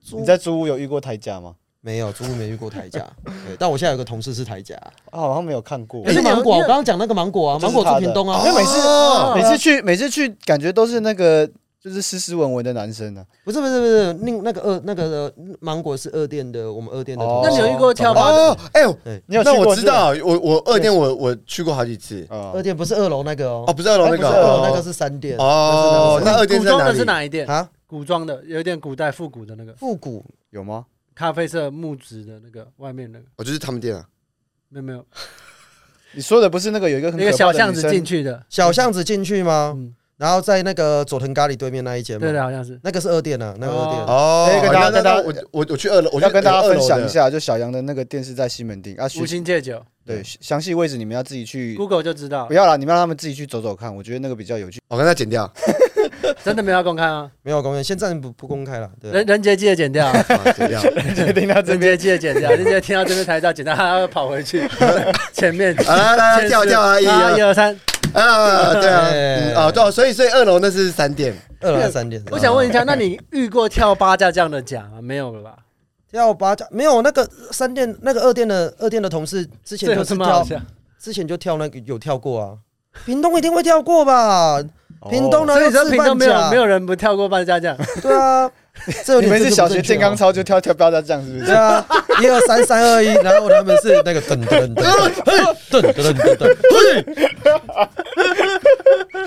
Speaker 4: 租
Speaker 2: 你在租屋有遇过台甲吗？
Speaker 4: 没有租屋没遇过 台甲，对但我现在有个同事是台甲，
Speaker 2: 啊好像没有看过
Speaker 1: 可。是
Speaker 4: 是
Speaker 1: 你有
Speaker 4: 芒果啊，
Speaker 1: 你有
Speaker 4: 我刚刚讲那个芒果啊，
Speaker 2: 就是
Speaker 4: 芒果
Speaker 2: 他
Speaker 4: 住
Speaker 2: 的
Speaker 4: 屏东啊
Speaker 2: 因为，每次
Speaker 3: 哦
Speaker 2: 每次去每次去，感觉都是那个就是斯斯文文的男生啊呢、
Speaker 4: 不是不是不是，另那个二那个呃芒果是二店的，我们二店的
Speaker 2: 哦
Speaker 4: 同
Speaker 1: 那
Speaker 4: 事。
Speaker 1: 你有遇过跳芭的？
Speaker 3: 哦，哎呦，
Speaker 4: 对，
Speaker 2: 你有去
Speaker 3: 那
Speaker 2: 过
Speaker 3: 我
Speaker 2: 是
Speaker 3: 知
Speaker 2: 吧
Speaker 3: 道，我我二店我我去过好几次。
Speaker 1: 呃
Speaker 2: 啊
Speaker 4: 二店不是二楼那个
Speaker 3: 哦，
Speaker 4: 哦，
Speaker 3: 不是二楼那
Speaker 4: 不是
Speaker 2: 哎
Speaker 3: 个，
Speaker 4: 二楼那个
Speaker 3: 哦
Speaker 4: 是三店
Speaker 3: 哦，那二店
Speaker 1: 古
Speaker 3: 在
Speaker 1: 装
Speaker 3: 哪
Speaker 1: 的
Speaker 3: 里？
Speaker 1: 是哪一店？
Speaker 4: 啊，
Speaker 1: 古装的，有点古代复古的那个
Speaker 4: 复古
Speaker 2: 有吗？
Speaker 1: 咖啡色木质的那个外面那个，
Speaker 3: 我就是他们店啊。
Speaker 1: 没有没有，
Speaker 2: 你说的不是那个有一个很
Speaker 1: 那个
Speaker 2: 可
Speaker 1: 小
Speaker 2: 怕的
Speaker 1: 巷
Speaker 2: 女
Speaker 1: 子
Speaker 2: 生
Speaker 1: 进去的，
Speaker 4: 小巷子进去吗？
Speaker 1: 嗯，
Speaker 4: 然后在那个佐藤咖喱对面那一间
Speaker 1: 对
Speaker 4: 嘛，
Speaker 1: 的，好像是。
Speaker 4: 那个是二店啊，那个二店。
Speaker 3: 哦，
Speaker 2: 哎跟大家
Speaker 3: 那
Speaker 2: 跟大
Speaker 3: 那
Speaker 2: 家
Speaker 3: 我我我去二楼，我去
Speaker 2: 要跟大家
Speaker 3: 二楼
Speaker 2: 分享
Speaker 3: 的
Speaker 2: 一。下，就小杨的那个店是在西门町啊，
Speaker 1: 无
Speaker 2: 去
Speaker 1: 心戒酒
Speaker 2: 对详细位置你们要自己去，
Speaker 1: ，Google 就知道
Speaker 2: 不，要啦，你们让他们自己去走走看，我觉得那个比较有趣。
Speaker 3: 我跟他剪掉，
Speaker 1: 真的没有要公开啊，
Speaker 4: 没有公开，现在不不公开了。对
Speaker 1: 人
Speaker 4: 啊，
Speaker 1: 人杰记得剪掉啊，
Speaker 3: 啊剪掉。
Speaker 2: 决定到
Speaker 1: 人杰记得剪掉，人杰听到这边才知道剪掉，他会跑回 去前面
Speaker 3: 啊，来来来，
Speaker 1: 先
Speaker 3: 跳
Speaker 1: 是
Speaker 3: 跳啊，一
Speaker 1: 一
Speaker 3: 二
Speaker 1: 二三。
Speaker 3: 啊，对啊，
Speaker 4: 哎
Speaker 3: 嗯啊，对啊，所以所以二楼那是三店，
Speaker 4: 二楼还是三店。
Speaker 1: 啊
Speaker 4: 啊
Speaker 1: 我想问一下，那你遇过跳八架这样的假吗？没有了吧？
Speaker 4: 跳八架没有那个三店那个二店的二店的同事之前
Speaker 1: 这有
Speaker 4: 就是
Speaker 1: 什么好
Speaker 4: 跳，
Speaker 1: 笑？
Speaker 4: 之前就跳那个有跳过啊，屏东一定会跳过吧？屏东的
Speaker 1: 所以说
Speaker 4: 又
Speaker 1: 平常没有没
Speaker 4: 有
Speaker 1: 有人不跳过八架这样，
Speaker 4: 对啊，这有
Speaker 2: 你
Speaker 4: 点
Speaker 2: 们是
Speaker 4: 政治不
Speaker 2: 小学
Speaker 4: 正确
Speaker 2: 健康
Speaker 4: 哦
Speaker 2: 操就跳跳标这样是不
Speaker 4: 对
Speaker 2: 是？
Speaker 4: 啊，一二三三二一，然后他们是那个噔噔噔噔噔噔噔噔，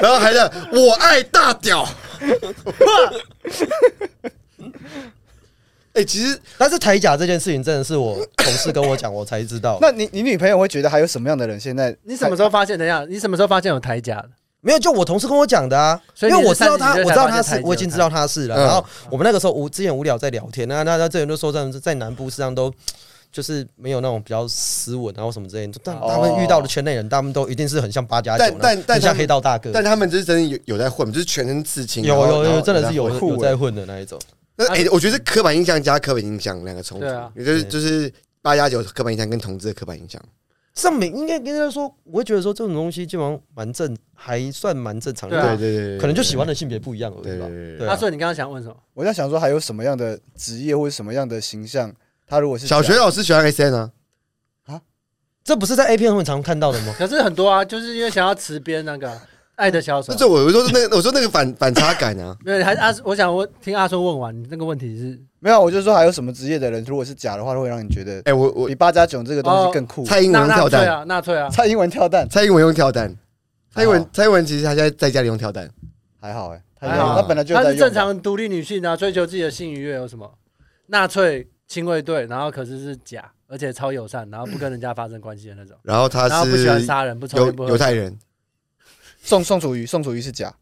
Speaker 3: 然后还是我爱大屌。哎，其实
Speaker 4: 但是台甲这件事情真的是我同事跟我讲，我才知道。
Speaker 2: 那你你女朋友会觉得还有什么样的人现在？
Speaker 1: 你什么时候发现？等一
Speaker 3: 哎
Speaker 1: 下，你什么时候发现有台甲的？
Speaker 4: 没有，就我同事跟我讲的啊，
Speaker 1: 所以
Speaker 4: 因
Speaker 1: 你
Speaker 4: 为
Speaker 1: 是30
Speaker 4: 我知道他，
Speaker 1: 岁
Speaker 4: 我
Speaker 1: 才
Speaker 4: 知道
Speaker 1: 发现
Speaker 4: 他
Speaker 1: 台
Speaker 4: 是
Speaker 1: 积，
Speaker 4: 我已经
Speaker 1: 有
Speaker 4: 知道他是了。
Speaker 3: 嗯
Speaker 4: 然后我们那个时候无之前无聊在聊天，那那那这人就说这样子在南部是这样都。就是没有那种比较斯文，然后什么之类的，但
Speaker 1: 哦
Speaker 4: 他们遇到的圈内人，他们都一定是很像八加九，
Speaker 3: 但
Speaker 4: 然后
Speaker 3: 但但
Speaker 4: 很像
Speaker 3: 他们
Speaker 4: 黑道大哥，
Speaker 3: 但他们就是真的有有在混，就是全身刺青，
Speaker 4: 有
Speaker 3: 然后
Speaker 4: 有有，真的是。有
Speaker 3: 然后
Speaker 2: 酷
Speaker 4: 有
Speaker 2: 欸
Speaker 4: 在混的那一种。
Speaker 3: 那哎，我觉得是刻板印象加刻板印象两个冲突
Speaker 1: 对啊，
Speaker 3: 也就是
Speaker 4: 对
Speaker 3: 就是八加九刻板印象跟同志的刻板印象。
Speaker 4: 这没应该应该说，我会觉得说这种东西基本上蛮正，还算蛮正常的，
Speaker 1: 对啊
Speaker 3: 对对对，
Speaker 4: 可能就喜欢的性别不一样而
Speaker 3: 对
Speaker 4: 已吧
Speaker 3: 对。对
Speaker 4: 对
Speaker 3: 对。
Speaker 4: 啊
Speaker 1: 啊，所以你刚刚想问什么？
Speaker 2: 我在想说还有什么样的职业或者什么样的形象，他如果是
Speaker 3: 小学老师喜欢 S N 啊，
Speaker 4: 这不是在 A 片很常看到的吗？
Speaker 1: 可是很多啊，就是因为想要辞编那个爱的小手
Speaker 3: 那。这我我说那个我说那个反反差感啊，
Speaker 1: 没有，还是阿，我想我听阿春问完你那个问题是，
Speaker 2: 没有，我就说还有什么职业的人，如果是假的话，会让你觉得
Speaker 3: 哎，我我
Speaker 2: 比八加九这个东西更酷。
Speaker 3: 蔡英
Speaker 1: 纳
Speaker 3: 文用
Speaker 1: 纳
Speaker 3: 跳
Speaker 1: 粹
Speaker 3: 蛋，
Speaker 1: 啊，纳粹啊，
Speaker 2: 蔡英文跳蛋
Speaker 3: 蔡英文用跳蛋，蔡英文
Speaker 2: 哦
Speaker 3: 蔡英文其实他现在在家里用跳蛋，
Speaker 2: 还好哎，他
Speaker 1: 还好
Speaker 2: 他本来就
Speaker 1: 她
Speaker 2: 在
Speaker 1: 是
Speaker 2: 用
Speaker 1: 正
Speaker 2: 吧。
Speaker 1: 常独立女性啊，追求自己的性愉悦有什么？纳粹亲卫队，然后可是是假，而且超友善，然后不跟人家发生关系的那种，
Speaker 3: 然后他
Speaker 1: 然后不
Speaker 3: 是
Speaker 1: 喜欢杀人，不抽
Speaker 3: 犹
Speaker 1: 烟，不喝
Speaker 3: 犹
Speaker 1: 酒。
Speaker 3: 太人
Speaker 2: 宋宋楚瑜，宋楚瑜是假，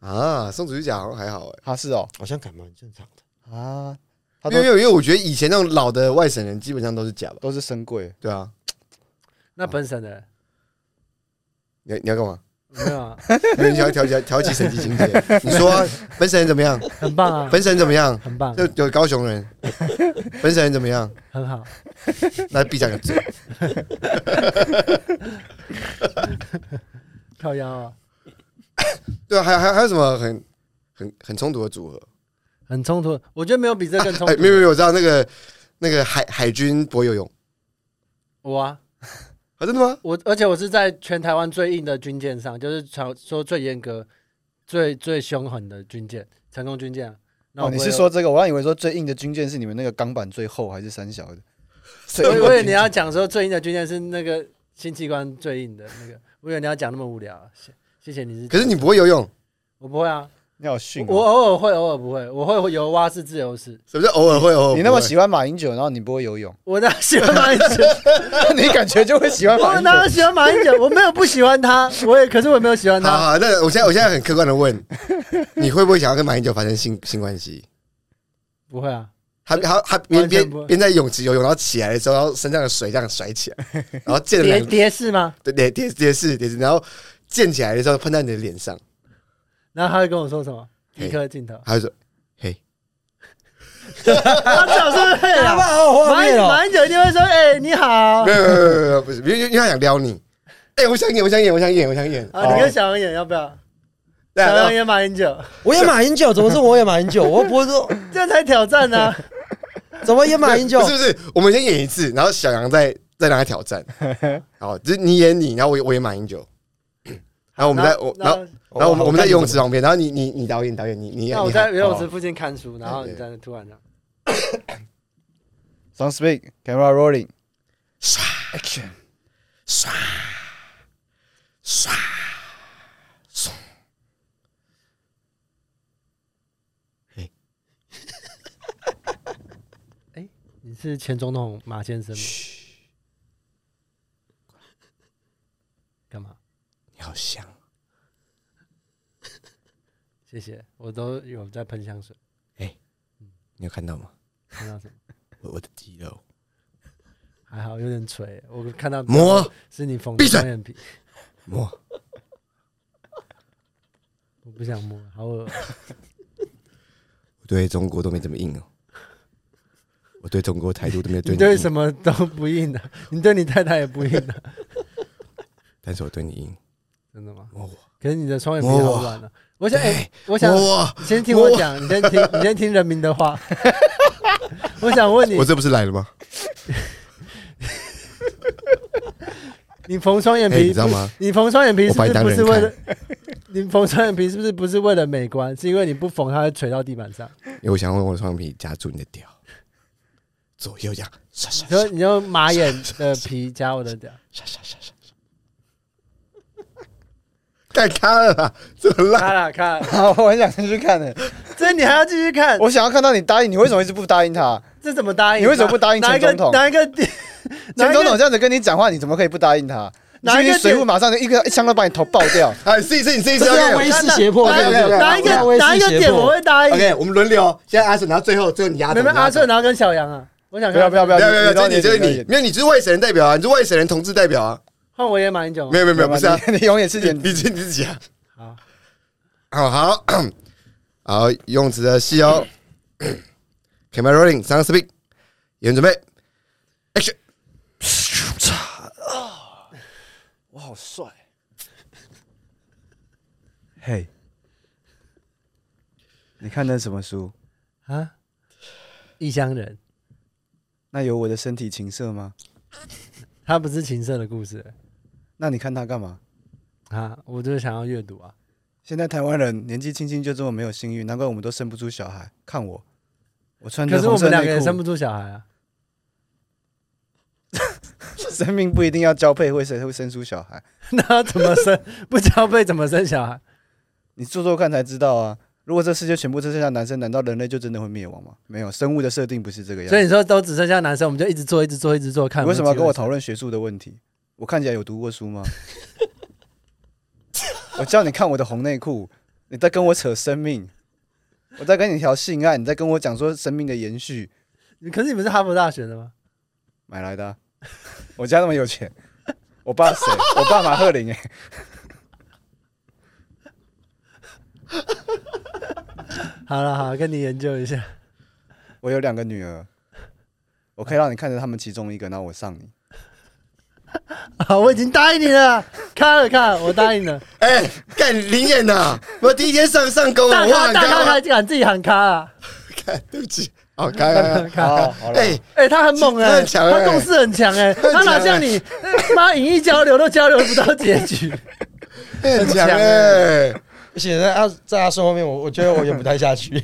Speaker 3: 啊，宋祖瑜讲好像还好哎。
Speaker 2: 他是哦
Speaker 4: 好像感蛮正常的。
Speaker 2: 啊，他
Speaker 3: 因
Speaker 2: 都
Speaker 3: 为因为因为我觉得以前那种老的外省人基本上都是假吧，
Speaker 2: 都是深贵。
Speaker 3: 对啊，
Speaker 1: 那本省的
Speaker 3: 你要你要干嘛？
Speaker 1: 没有 啊，
Speaker 3: 你要调调调起神经境界，你说啊本省人怎么样？
Speaker 1: 很棒啊，
Speaker 3: 本省人怎么样？
Speaker 1: 很棒，
Speaker 3: 就有高雄人，本省人怎么样？
Speaker 1: 很好。
Speaker 3: 那闭上个嘴。
Speaker 1: 靠腰啊，
Speaker 3: 对啊，还有还有还有什么很很很冲突的组合？
Speaker 1: 很冲突。我觉得没有比这更冲
Speaker 3: 哎，
Speaker 1: 突。
Speaker 3: 没有没有，我知道那个那个海海军不会游泳
Speaker 1: 我啊，
Speaker 3: 啊，真的吗？
Speaker 1: 我而且我是在全台湾最硬的军舰上，就是传说最严格、最最凶狠的军舰，成功军舰、啊。那
Speaker 2: 哦，
Speaker 1: 我
Speaker 2: 你
Speaker 1: 不会
Speaker 2: 是说这个？我还以为说最硬的军舰是你们那个钢板最厚还是三小 的？最
Speaker 1: 我
Speaker 2: 硬的
Speaker 1: 以为你
Speaker 2: 军舰
Speaker 1: 要讲说最硬的军舰是那个新器官最硬的那个，我以为你要讲那么无聊啊、谢谢谢你是，
Speaker 3: 可是你不会游泳，
Speaker 1: 我不会啊，
Speaker 2: 你好逊
Speaker 1: 我
Speaker 2: 哦！
Speaker 1: 偶尔会，偶尔不会，我会游蛙式、自由式，
Speaker 3: 什么叫偶尔会偶尔不会？
Speaker 2: 你那么喜欢马英九，然后你不会 游泳，
Speaker 1: 我哪喜欢马英九？
Speaker 2: 你感觉就会喜欢马
Speaker 1: 我
Speaker 2: 英
Speaker 1: 哪
Speaker 2: 九。
Speaker 1: 喜欢马英九？我没有不喜欢他，我也可是我没有喜欢啊
Speaker 3: 好
Speaker 1: 他。
Speaker 3: 好，那我现在我现在很客观的问， 你会不会想要跟马英九发生性性关系？
Speaker 1: 不会啊，
Speaker 3: 他他他边
Speaker 1: 完全不会
Speaker 3: 边边在泳池游泳，然后起来的时候，然后身上的水这样甩起来，然后溅了
Speaker 1: 蝶
Speaker 3: 两
Speaker 1: 蝶式吗？
Speaker 3: 对叠叠叠是叠是，然后溅起来的时候碰到你的脸上，
Speaker 1: 然后他会跟我说什么？
Speaker 3: 嘿
Speaker 1: 一颗镜头，
Speaker 3: 他就说：“嘿，
Speaker 1: 他早上会
Speaker 4: 好不
Speaker 1: 啊，
Speaker 4: 好画
Speaker 1: 马英
Speaker 4: 面哦？
Speaker 1: 马英九一定会说：“哎，你好。
Speaker 3: 没有没有没有没有，不是，因为因为他想撩你。”哎，我想演，我想演，我想演，我想演”。
Speaker 1: 啊，你跟小杨演要不要？
Speaker 3: 对
Speaker 1: 小
Speaker 3: 啊，然
Speaker 1: 杨
Speaker 3: 后
Speaker 1: 演马英九，
Speaker 4: 我演马英九，怎么是我演马英九？我又不会说
Speaker 1: 这样才挑战啊呢。
Speaker 4: 怎么演马英九
Speaker 3: 不是，不是，我们先演一次，然后 小杨再再让他挑战。好，就是你演你，然后我我演马英九。然后我们在我然后
Speaker 1: 那
Speaker 3: 然后我们我们在游泳池
Speaker 4: 啊，
Speaker 3: 旁边，然后你你你导演导演你你
Speaker 1: 那我
Speaker 3: 你
Speaker 1: 在
Speaker 3: 喊
Speaker 1: 游泳池
Speaker 3: 哦
Speaker 1: 附近看书，然后
Speaker 3: 对
Speaker 1: 你在那突然这样
Speaker 2: Sound speak, camera rolling,
Speaker 3: 唰
Speaker 2: action。
Speaker 3: 唰唰唰，
Speaker 1: 你是前总统马先生吗？干嘛？
Speaker 3: 你好香，
Speaker 1: 谢谢，我都有在喷香水，
Speaker 3: 你有看到吗？
Speaker 1: 看到什么？
Speaker 3: 我我的肌肉
Speaker 1: 还好，有点垂。我看到
Speaker 3: 摸
Speaker 1: 是你缝的
Speaker 3: 闭嘴
Speaker 1: 双眼皮，
Speaker 3: 摸，
Speaker 1: 我不想摸，好恶。
Speaker 3: 我对中国都没怎么硬哦，我对中国态度都没有对
Speaker 1: 你对
Speaker 3: 硬
Speaker 1: 什么都不硬的、你对你太太也不硬的、
Speaker 3: 但是我对你硬，
Speaker 1: 真的吗？
Speaker 3: 摸我，
Speaker 1: 可是你的双眼皮
Speaker 3: 摸
Speaker 1: 好
Speaker 3: 我
Speaker 1: 软啊！我想，哎、
Speaker 3: 对
Speaker 1: 我想，
Speaker 3: 摸我，
Speaker 1: 你先听我讲，你先听，你先听人民的话。 我想问你
Speaker 3: 我，这不是来了吗？
Speaker 1: 你缝双眼
Speaker 3: 哎，你
Speaker 1: 皮
Speaker 3: 知，道吗？
Speaker 1: 你缝双眼皮是
Speaker 3: 我
Speaker 1: 不
Speaker 3: 把
Speaker 1: 是
Speaker 3: 你当
Speaker 1: 不
Speaker 3: 人
Speaker 1: 是为
Speaker 3: 看
Speaker 1: 了？你缝双眼皮是不是不是为了美观？是因为你不缝它会垂到地板上。
Speaker 3: 因哎为我想用我的双眼皮夹住你的屌， 左右这样，唰唰
Speaker 1: 你 说你用马眼的皮夹我的屌，
Speaker 3: 唰唰唰唰，太卡了啦，这很烂。
Speaker 2: 啊
Speaker 1: 看了看了，
Speaker 2: 好，我很想进去看呢、
Speaker 1: 这你还要继续看？
Speaker 2: 我想要看到你答应，你为什么一直不答应他？
Speaker 1: 这怎么答应？
Speaker 2: 你为什么不答应
Speaker 1: 哪
Speaker 2: 前总统
Speaker 1: 哪一个？哪一个？
Speaker 2: 前
Speaker 1: 哪一
Speaker 2: 总统
Speaker 1: 个
Speaker 2: 这样子跟你讲话，你怎么可以不答应他？你
Speaker 1: 哪一
Speaker 2: 去
Speaker 1: 个
Speaker 2: 水户马上就一个一枪都把你头爆 掉。
Speaker 3: 哎，试一试，你试一试。
Speaker 4: 这
Speaker 3: OK，
Speaker 4: 叫威视胁迫，
Speaker 1: 哪一个
Speaker 3: OK，OK，OK，OK，OK，OK，OK，OK，OK，OK，OK，OK，OK，OK，OK，OK，OK，OK，OK，OK，OK，OK，OK，OK，OK，OK，OK，OK，OK，OK，OK，OK，OK，OK，OK，OK，OK，
Speaker 1: 哪一个？哪一个点我会答应？
Speaker 3: OK，我们轮流，现在阿顺，然后最后最后你压轴。
Speaker 1: 没有
Speaker 3: 你压
Speaker 1: 阿
Speaker 3: 轴
Speaker 1: 顺，然后跟小杨啊，我想
Speaker 2: 不要不要不要，
Speaker 3: 没有没有，没有
Speaker 2: 到
Speaker 3: 这是你，这是
Speaker 2: 到
Speaker 3: 你，没有，你是外省人代表啊，你是外省人同志代表啊。
Speaker 1: 换我也马英九
Speaker 3: 没
Speaker 1: 啊。
Speaker 3: 有没有没有，不是啊，
Speaker 2: 你你永远是
Speaker 3: 你
Speaker 2: 点
Speaker 3: 你自你自己啊。
Speaker 1: 好，
Speaker 3: 好好 好，游泳池的戏哦。Camera rolling, sound speak，演员准备，action。
Speaker 2: 我好帅。嘿，你看那什么书？
Speaker 1: 啊，异乡人，
Speaker 2: 那有我的身体情色吗？
Speaker 1: 他不是情色的故事
Speaker 2: 那你看它干嘛？
Speaker 1: 啊，我就是想要阅读啊。
Speaker 2: 现在台湾人年纪轻轻就这么没有性欲，难怪我们都生不出小孩。看我，我穿
Speaker 1: 可
Speaker 2: 着
Speaker 1: 是我
Speaker 2: 红色
Speaker 1: 们两个
Speaker 2: 内
Speaker 1: 也
Speaker 2: 裤
Speaker 1: 生，不出小孩啊。
Speaker 2: 生命不一定要交配会生会生出小孩，
Speaker 1: 那怎么生？不交配怎么生小 孩？
Speaker 2: 你做做看才知道啊。如果这世界全部只剩下男生，难道人类就真的会灭亡吗？没有，生物的设定不是这个样
Speaker 1: 所以
Speaker 2: 子。
Speaker 1: 你说都只剩下男生，我们就一直做，一直做，一直做，看
Speaker 2: 你为什么要跟我
Speaker 1: 投？
Speaker 2: 讨论学术的问题？我看起来有读过书吗？ 我叫你看我的红内裤，你在跟我扯生命，我在跟你聊性爱，你在跟我讲说生命的延续，
Speaker 1: 可是你们是哈佛大学的吗？
Speaker 2: 买来的啊、 我家那么有钱， 我爸 谁？我爸马赫林哎、
Speaker 1: 好了，好，跟你研究一下。
Speaker 2: 我有两个女儿，我可以让你看着他们其中一个，然后我上你。
Speaker 1: 好，我已经答应你 了，看了看，我答应了。
Speaker 3: 哎，干林演呐！我第一天上上工，
Speaker 1: 大
Speaker 3: 我
Speaker 1: 咖
Speaker 2: 啊
Speaker 3: 啊忘
Speaker 1: 大咖
Speaker 3: 了
Speaker 1: 他。敢自己喊咖啊！
Speaker 3: 看，对不起，哦好，看看看。
Speaker 2: 好，好了，
Speaker 3: 哎，
Speaker 1: 哎、他很猛
Speaker 3: 他
Speaker 1: 哎、
Speaker 3: 很强哎
Speaker 1: 他共识很强 哎、
Speaker 3: 很
Speaker 1: 他哪
Speaker 3: 强
Speaker 1: 像
Speaker 3: 哎
Speaker 1: 你，妈影一交流都交流不到结 局。
Speaker 3: 很强
Speaker 1: 强
Speaker 3: 哎。
Speaker 4: 而且在阿在阿顺后面，我我觉得我演不太下去。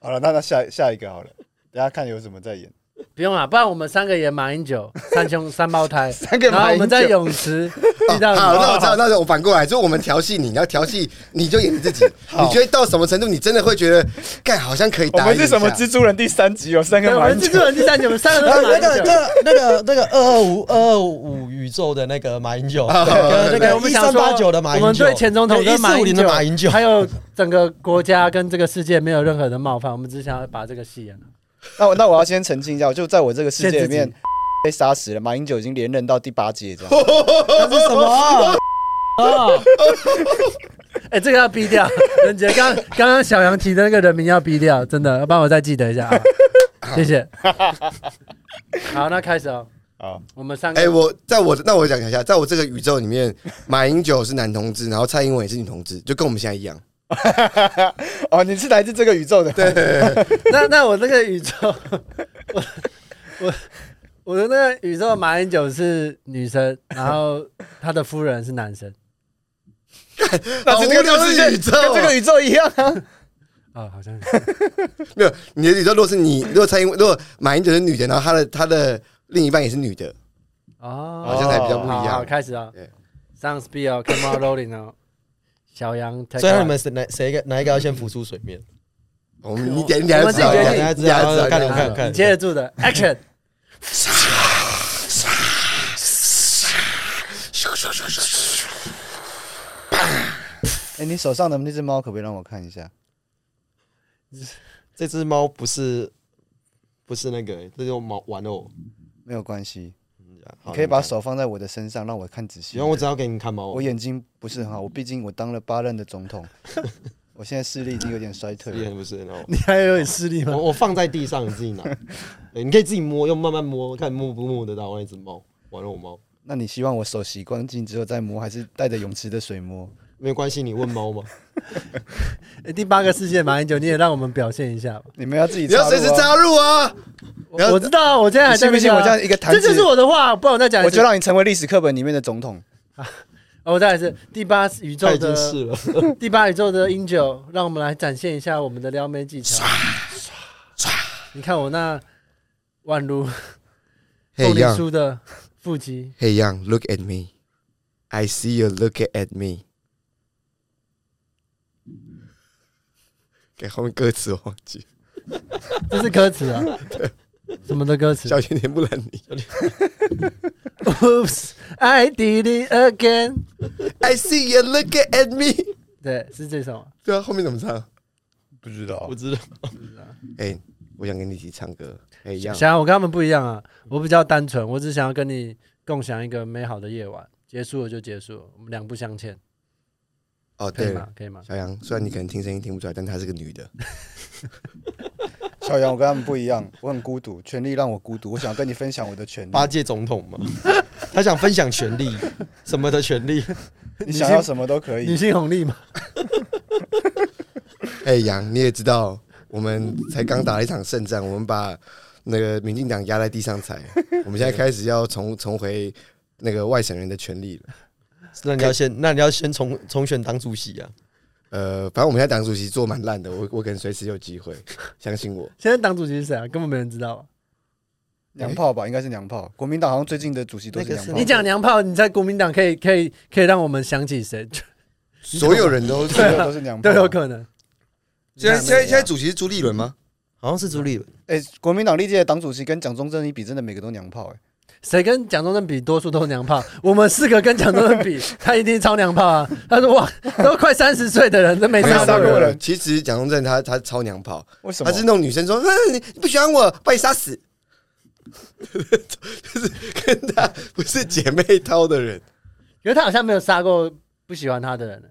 Speaker 2: 好了，那那下下一个好了，等下看有什么再演。
Speaker 1: 不用啦，不然我们三个演马英九，三 兄三胞胎，
Speaker 2: 三个
Speaker 1: 然后
Speaker 2: 马
Speaker 1: 我
Speaker 2: 英
Speaker 1: 们在
Speaker 2: 九哦
Speaker 1: 泳池遇到你。
Speaker 3: 哎好，那我知道，那我反过来，就我们调戏你，你要调戏，你就演你自己。你觉得到什么程度，你真的会觉得，干好像可以
Speaker 2: 我
Speaker 3: 答
Speaker 2: 们
Speaker 3: 应一下。
Speaker 2: 是什么蜘蛛人第三集有三
Speaker 1: 对
Speaker 2: 个
Speaker 1: 我
Speaker 2: 马
Speaker 1: 们
Speaker 2: 英
Speaker 1: 制
Speaker 2: 九
Speaker 1: 作，人第三集，我们三个都
Speaker 4: 然后
Speaker 1: 是马
Speaker 4: 那
Speaker 1: 英九
Speaker 4: 个那。个那个那个二二五二二五宇宙的那个马英九，跟那
Speaker 1: 对，
Speaker 4: 个
Speaker 1: 我们
Speaker 4: 一
Speaker 1: 想
Speaker 4: 三
Speaker 1: 说
Speaker 4: 八九的马英九，
Speaker 1: 我们对前总统
Speaker 4: 一
Speaker 1: 跟马
Speaker 4: 四五零
Speaker 1: 英
Speaker 4: 的
Speaker 1: 九，
Speaker 4: 马英九，
Speaker 1: 还有整个国家跟这个世界没有任何的冒犯，我们只想要把这个戏演好。
Speaker 2: 那我那我要先澄清一下，我就在我这个世界里
Speaker 1: 限制
Speaker 2: 面被杀死了，马英九已经连任到第八届这样。
Speaker 4: 那是什么啊？啊
Speaker 1: 哎，这个要逼掉，任杰刚 刚刚小杨提的那个人名要逼掉，真的，要不然我再记得一下啊， 谢谢。好，那开始哦，
Speaker 2: 好，
Speaker 1: 我们三个
Speaker 3: 哎、，我在我那我讲一下，在我这个宇宙里面，马英九是男同志，然后蔡英文也是女同志，就跟我们现在一样。
Speaker 2: 哦，你是来自这个宇宙的，对，
Speaker 1: 那那我这个宇宙， 我我我的那个宇宙马英九是女生，然后他的夫人是男生，
Speaker 2: 那
Speaker 3: 好
Speaker 2: 这
Speaker 3: 无
Speaker 2: 个
Speaker 3: 聊
Speaker 2: 就
Speaker 3: 的
Speaker 2: 是
Speaker 1: 哦
Speaker 2: 跟跟
Speaker 3: 宇宙
Speaker 2: 这个宇宙一样啊。
Speaker 1: 啊，好像
Speaker 3: 没有你的宇宙，如果是你，如果蔡英文，如果马英九是女的，然后她的她的另一半也是女的，
Speaker 1: 啊，
Speaker 3: 好像才比
Speaker 2: 哦
Speaker 3: 较不一
Speaker 1: 好好
Speaker 3: 样。
Speaker 1: 开始啊
Speaker 3: 对
Speaker 1: ，Sound Speed 哦，Camera Rolling 哦，小杨 Take
Speaker 4: 所以
Speaker 1: One，
Speaker 4: 你们谁哪谁一个哪一个要先浮出水面？
Speaker 3: 我们你点你点知道，
Speaker 1: 我们自己决定
Speaker 3: 你等下知道，
Speaker 4: 看
Speaker 3: 你
Speaker 4: 你
Speaker 3: 等下
Speaker 4: 看
Speaker 3: 知道
Speaker 4: 看
Speaker 1: 你接得住的，Action！
Speaker 2: 哎，你手上的那只猫可不可以让我看一下？
Speaker 4: 这只猫不是不是那个、这只猫玩偶。
Speaker 2: 没有关系，
Speaker 4: 好
Speaker 2: 你可以把，
Speaker 4: 你
Speaker 2: 手放在我的身上，让我看仔
Speaker 4: 看
Speaker 2: 细
Speaker 4: 喜欢。我只要给你看猫
Speaker 2: 我，眼睛不是很好，我毕竟我当了八任的总统，我现在视力已经有点衰退了。
Speaker 4: 也很不是很好。
Speaker 1: 你还有点视力吗？
Speaker 4: 我我放在地上，你自己拿，对，你可以自己摸，用慢慢摸，看摸不摸得到那只猫，玩偶猫。
Speaker 2: 那你希望我手洗干净之后再摸，还是带着泳池的水摸？
Speaker 4: 没有关系，你问 猫嘛。
Speaker 1: 诶哎第八个世界马英九，你也让我们表现一下吧。
Speaker 2: 你们要自己
Speaker 3: 你要
Speaker 2: 插入
Speaker 3: 随时
Speaker 2: 啊！
Speaker 3: 插入啊！你要
Speaker 1: 我知道啊，我现在还
Speaker 2: 你信
Speaker 1: 在
Speaker 2: 不
Speaker 1: 那
Speaker 2: 信
Speaker 1: 个啊
Speaker 2: 我这样一个弹
Speaker 1: 这
Speaker 2: 指，
Speaker 1: 就是我的话，不然我再讲一
Speaker 2: 我
Speaker 1: 次
Speaker 2: 就。让你成为历史课本里面的总统。
Speaker 1: 哦我再来一次。第八宇宙
Speaker 4: 他已经
Speaker 1: 的
Speaker 4: 试 了，
Speaker 1: 第八宇宙的英九，让我们来展现一下我们的撩妹技巧。你看我那宛如
Speaker 3: 嘿
Speaker 1: 凤梨
Speaker 3: young,
Speaker 1: 酥的腹肌，
Speaker 3: hey young, look at me, I see you look at me。给后面歌词我忘记，
Speaker 1: 这是歌 词啊？什么的歌词
Speaker 3: 小甜甜布兰妮
Speaker 1: ？Oops, I did it again。
Speaker 3: ，I see you look at me。
Speaker 1: 对，是这首。
Speaker 3: 对啊，后面怎么唱？
Speaker 2: 不知道
Speaker 4: 我知道。
Speaker 3: 哎，我想跟你一起唱歌。哎呀，
Speaker 1: 想要我跟他们不一样啊，我比较单纯，我只想要跟你共享一个美好的夜晚，结束了就结束了，我们两不相欠，
Speaker 3: 哦，
Speaker 1: 可以
Speaker 3: 对了
Speaker 1: 吗，？可以吗？
Speaker 3: 小杨，虽然你可能听声音听不出来，但她是个女的。
Speaker 2: 小杨，我跟他们不一样，我很孤独，权力让我孤独，我想跟你分享我的权利。
Speaker 4: 八届总统嘛， 他想分享 权利，什么的权利？
Speaker 2: 你想要什么都可
Speaker 1: 女
Speaker 2: 以。
Speaker 1: 性红利嘛，
Speaker 3: 哎，杨，你也知道，我们才刚打了一场胜仗，我们把那个民进党压在地 上踩。我们现在开始要重重回那个外省人的权利了。
Speaker 4: 那你要先，那你要先重重选党主席啊！
Speaker 3: 呃，反正我们现在党主席做蛮烂的，我我可能随时有 机会，相信我。
Speaker 1: 现在党主席是谁啊？根本没人知道啊。
Speaker 2: 娘炮吧，应该是娘炮。国民党好像最近的主席都是
Speaker 4: 那个
Speaker 2: 娘
Speaker 4: 是
Speaker 2: 炮。
Speaker 1: 你讲娘炮，你在国民党可以可以可以让我们想起谁
Speaker 3: 所有人 都
Speaker 2: 所有都是娘炮，
Speaker 1: 都有可能。
Speaker 3: 现在现在现在主席是朱立伦吗？
Speaker 4: 好像是朱立伦，
Speaker 2: 哎、国民党历届的党主席跟蒋中正一比，真的每个都娘炮哎、
Speaker 1: 谁跟蒋中正比，多数都是娘炮。我们四个跟蒋中正比，他一定超娘炮啊！他说哇，都快三十岁的人，都没
Speaker 3: 没有
Speaker 1: 杀
Speaker 2: 杀
Speaker 1: 过
Speaker 2: 过
Speaker 1: 人
Speaker 2: 人。
Speaker 3: 其实蒋中正他他超娘炮，
Speaker 2: 为什么？
Speaker 3: 他是那种女生说：“嗯，你你不喜欢我，把你杀死。” 就是跟他不是姐妹掏的人。
Speaker 1: 可是他好像没有杀过不喜欢他的人、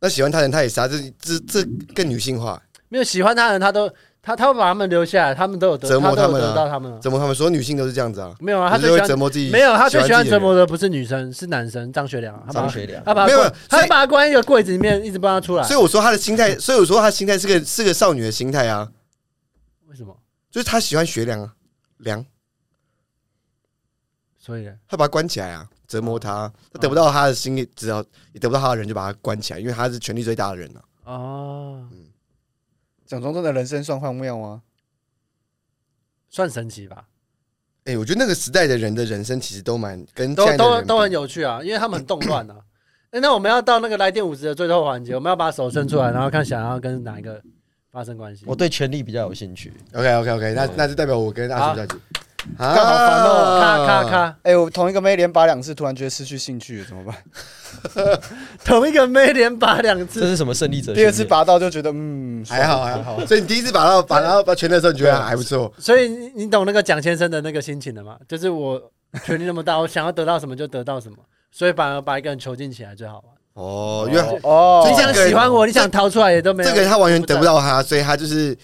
Speaker 3: 那喜欢他的人他也杀，这这这更女性化。
Speaker 1: 没有喜欢他的人，他都他他会把他们留下来，他们都有得
Speaker 3: 折磨
Speaker 1: 他
Speaker 3: 他
Speaker 1: 都
Speaker 3: 们啊
Speaker 1: 有得到他们啊、
Speaker 3: 怎么他们说女性都是这样子啊？
Speaker 1: 没有啊，他
Speaker 3: 他
Speaker 1: 最喜
Speaker 3: 就会
Speaker 1: 欢
Speaker 3: 折磨自己，
Speaker 1: 没有啊他最喜欢
Speaker 3: 自
Speaker 1: 折
Speaker 3: 己的人
Speaker 1: 磨的不是女生，是男生张学良啊，他把
Speaker 4: 张
Speaker 1: 他
Speaker 4: 学良。
Speaker 1: 他把他
Speaker 3: 没有
Speaker 1: 关
Speaker 3: 所以
Speaker 1: 他把他关在一个柜子里面，一直不让他出来
Speaker 3: 所。以我说他的心态，所以我说他的心态是个是个少女的心态啊，
Speaker 1: 为什么？
Speaker 3: 就是他喜欢学良啊，良，
Speaker 1: 所以呢
Speaker 3: 他把他关起来啊，折磨他，他得不到他的心意，只要也得不到他的人就把他关起来，因为他是权力最大的人啊。
Speaker 1: 哦，
Speaker 2: 蒋中正的人生算荒谬吗？
Speaker 1: 算神奇吧，
Speaker 3: 哎、我觉得那个时代的人的人生其实都蛮跟
Speaker 1: 都
Speaker 3: 现在的
Speaker 1: 都
Speaker 3: 人
Speaker 1: 都很
Speaker 3: 比
Speaker 1: 有趣啊，因为他们很动乱啊。 哎那我们要到那个来电五十的最后环节，我们要把手伸出
Speaker 3: 嗯
Speaker 1: 来，然后看想要跟哪一个发生关系
Speaker 4: 我。对权力比较有兴趣。
Speaker 3: OK OK OK，那那就代表我跟阿叔小姐，啊
Speaker 2: 干好烦哦
Speaker 1: 咔咔！咔，
Speaker 2: 哎、我同一个妹连拔两次，突然觉得失去兴趣了，怎么办？
Speaker 1: 同一个妹连拔两
Speaker 4: 这
Speaker 1: 次，
Speaker 4: 是什么胜利者？
Speaker 2: 第二次，拔到就觉得嗯，
Speaker 3: 还好还好，所以你第一次把到把到把拳的时候，你觉得还不错，
Speaker 1: 所以你你懂那个蒋先生的那个心情了吗？就是我权力那么大， 我想要得到什么就得到什么，所以反而把一个人囚禁起来最好玩。
Speaker 3: 哦，因为
Speaker 2: 哦哦，
Speaker 1: 你
Speaker 3: 这
Speaker 1: 想
Speaker 3: 样个人
Speaker 1: 喜欢我，你想逃出来也都没有。
Speaker 3: 这个人他完全得不到他，所以他就是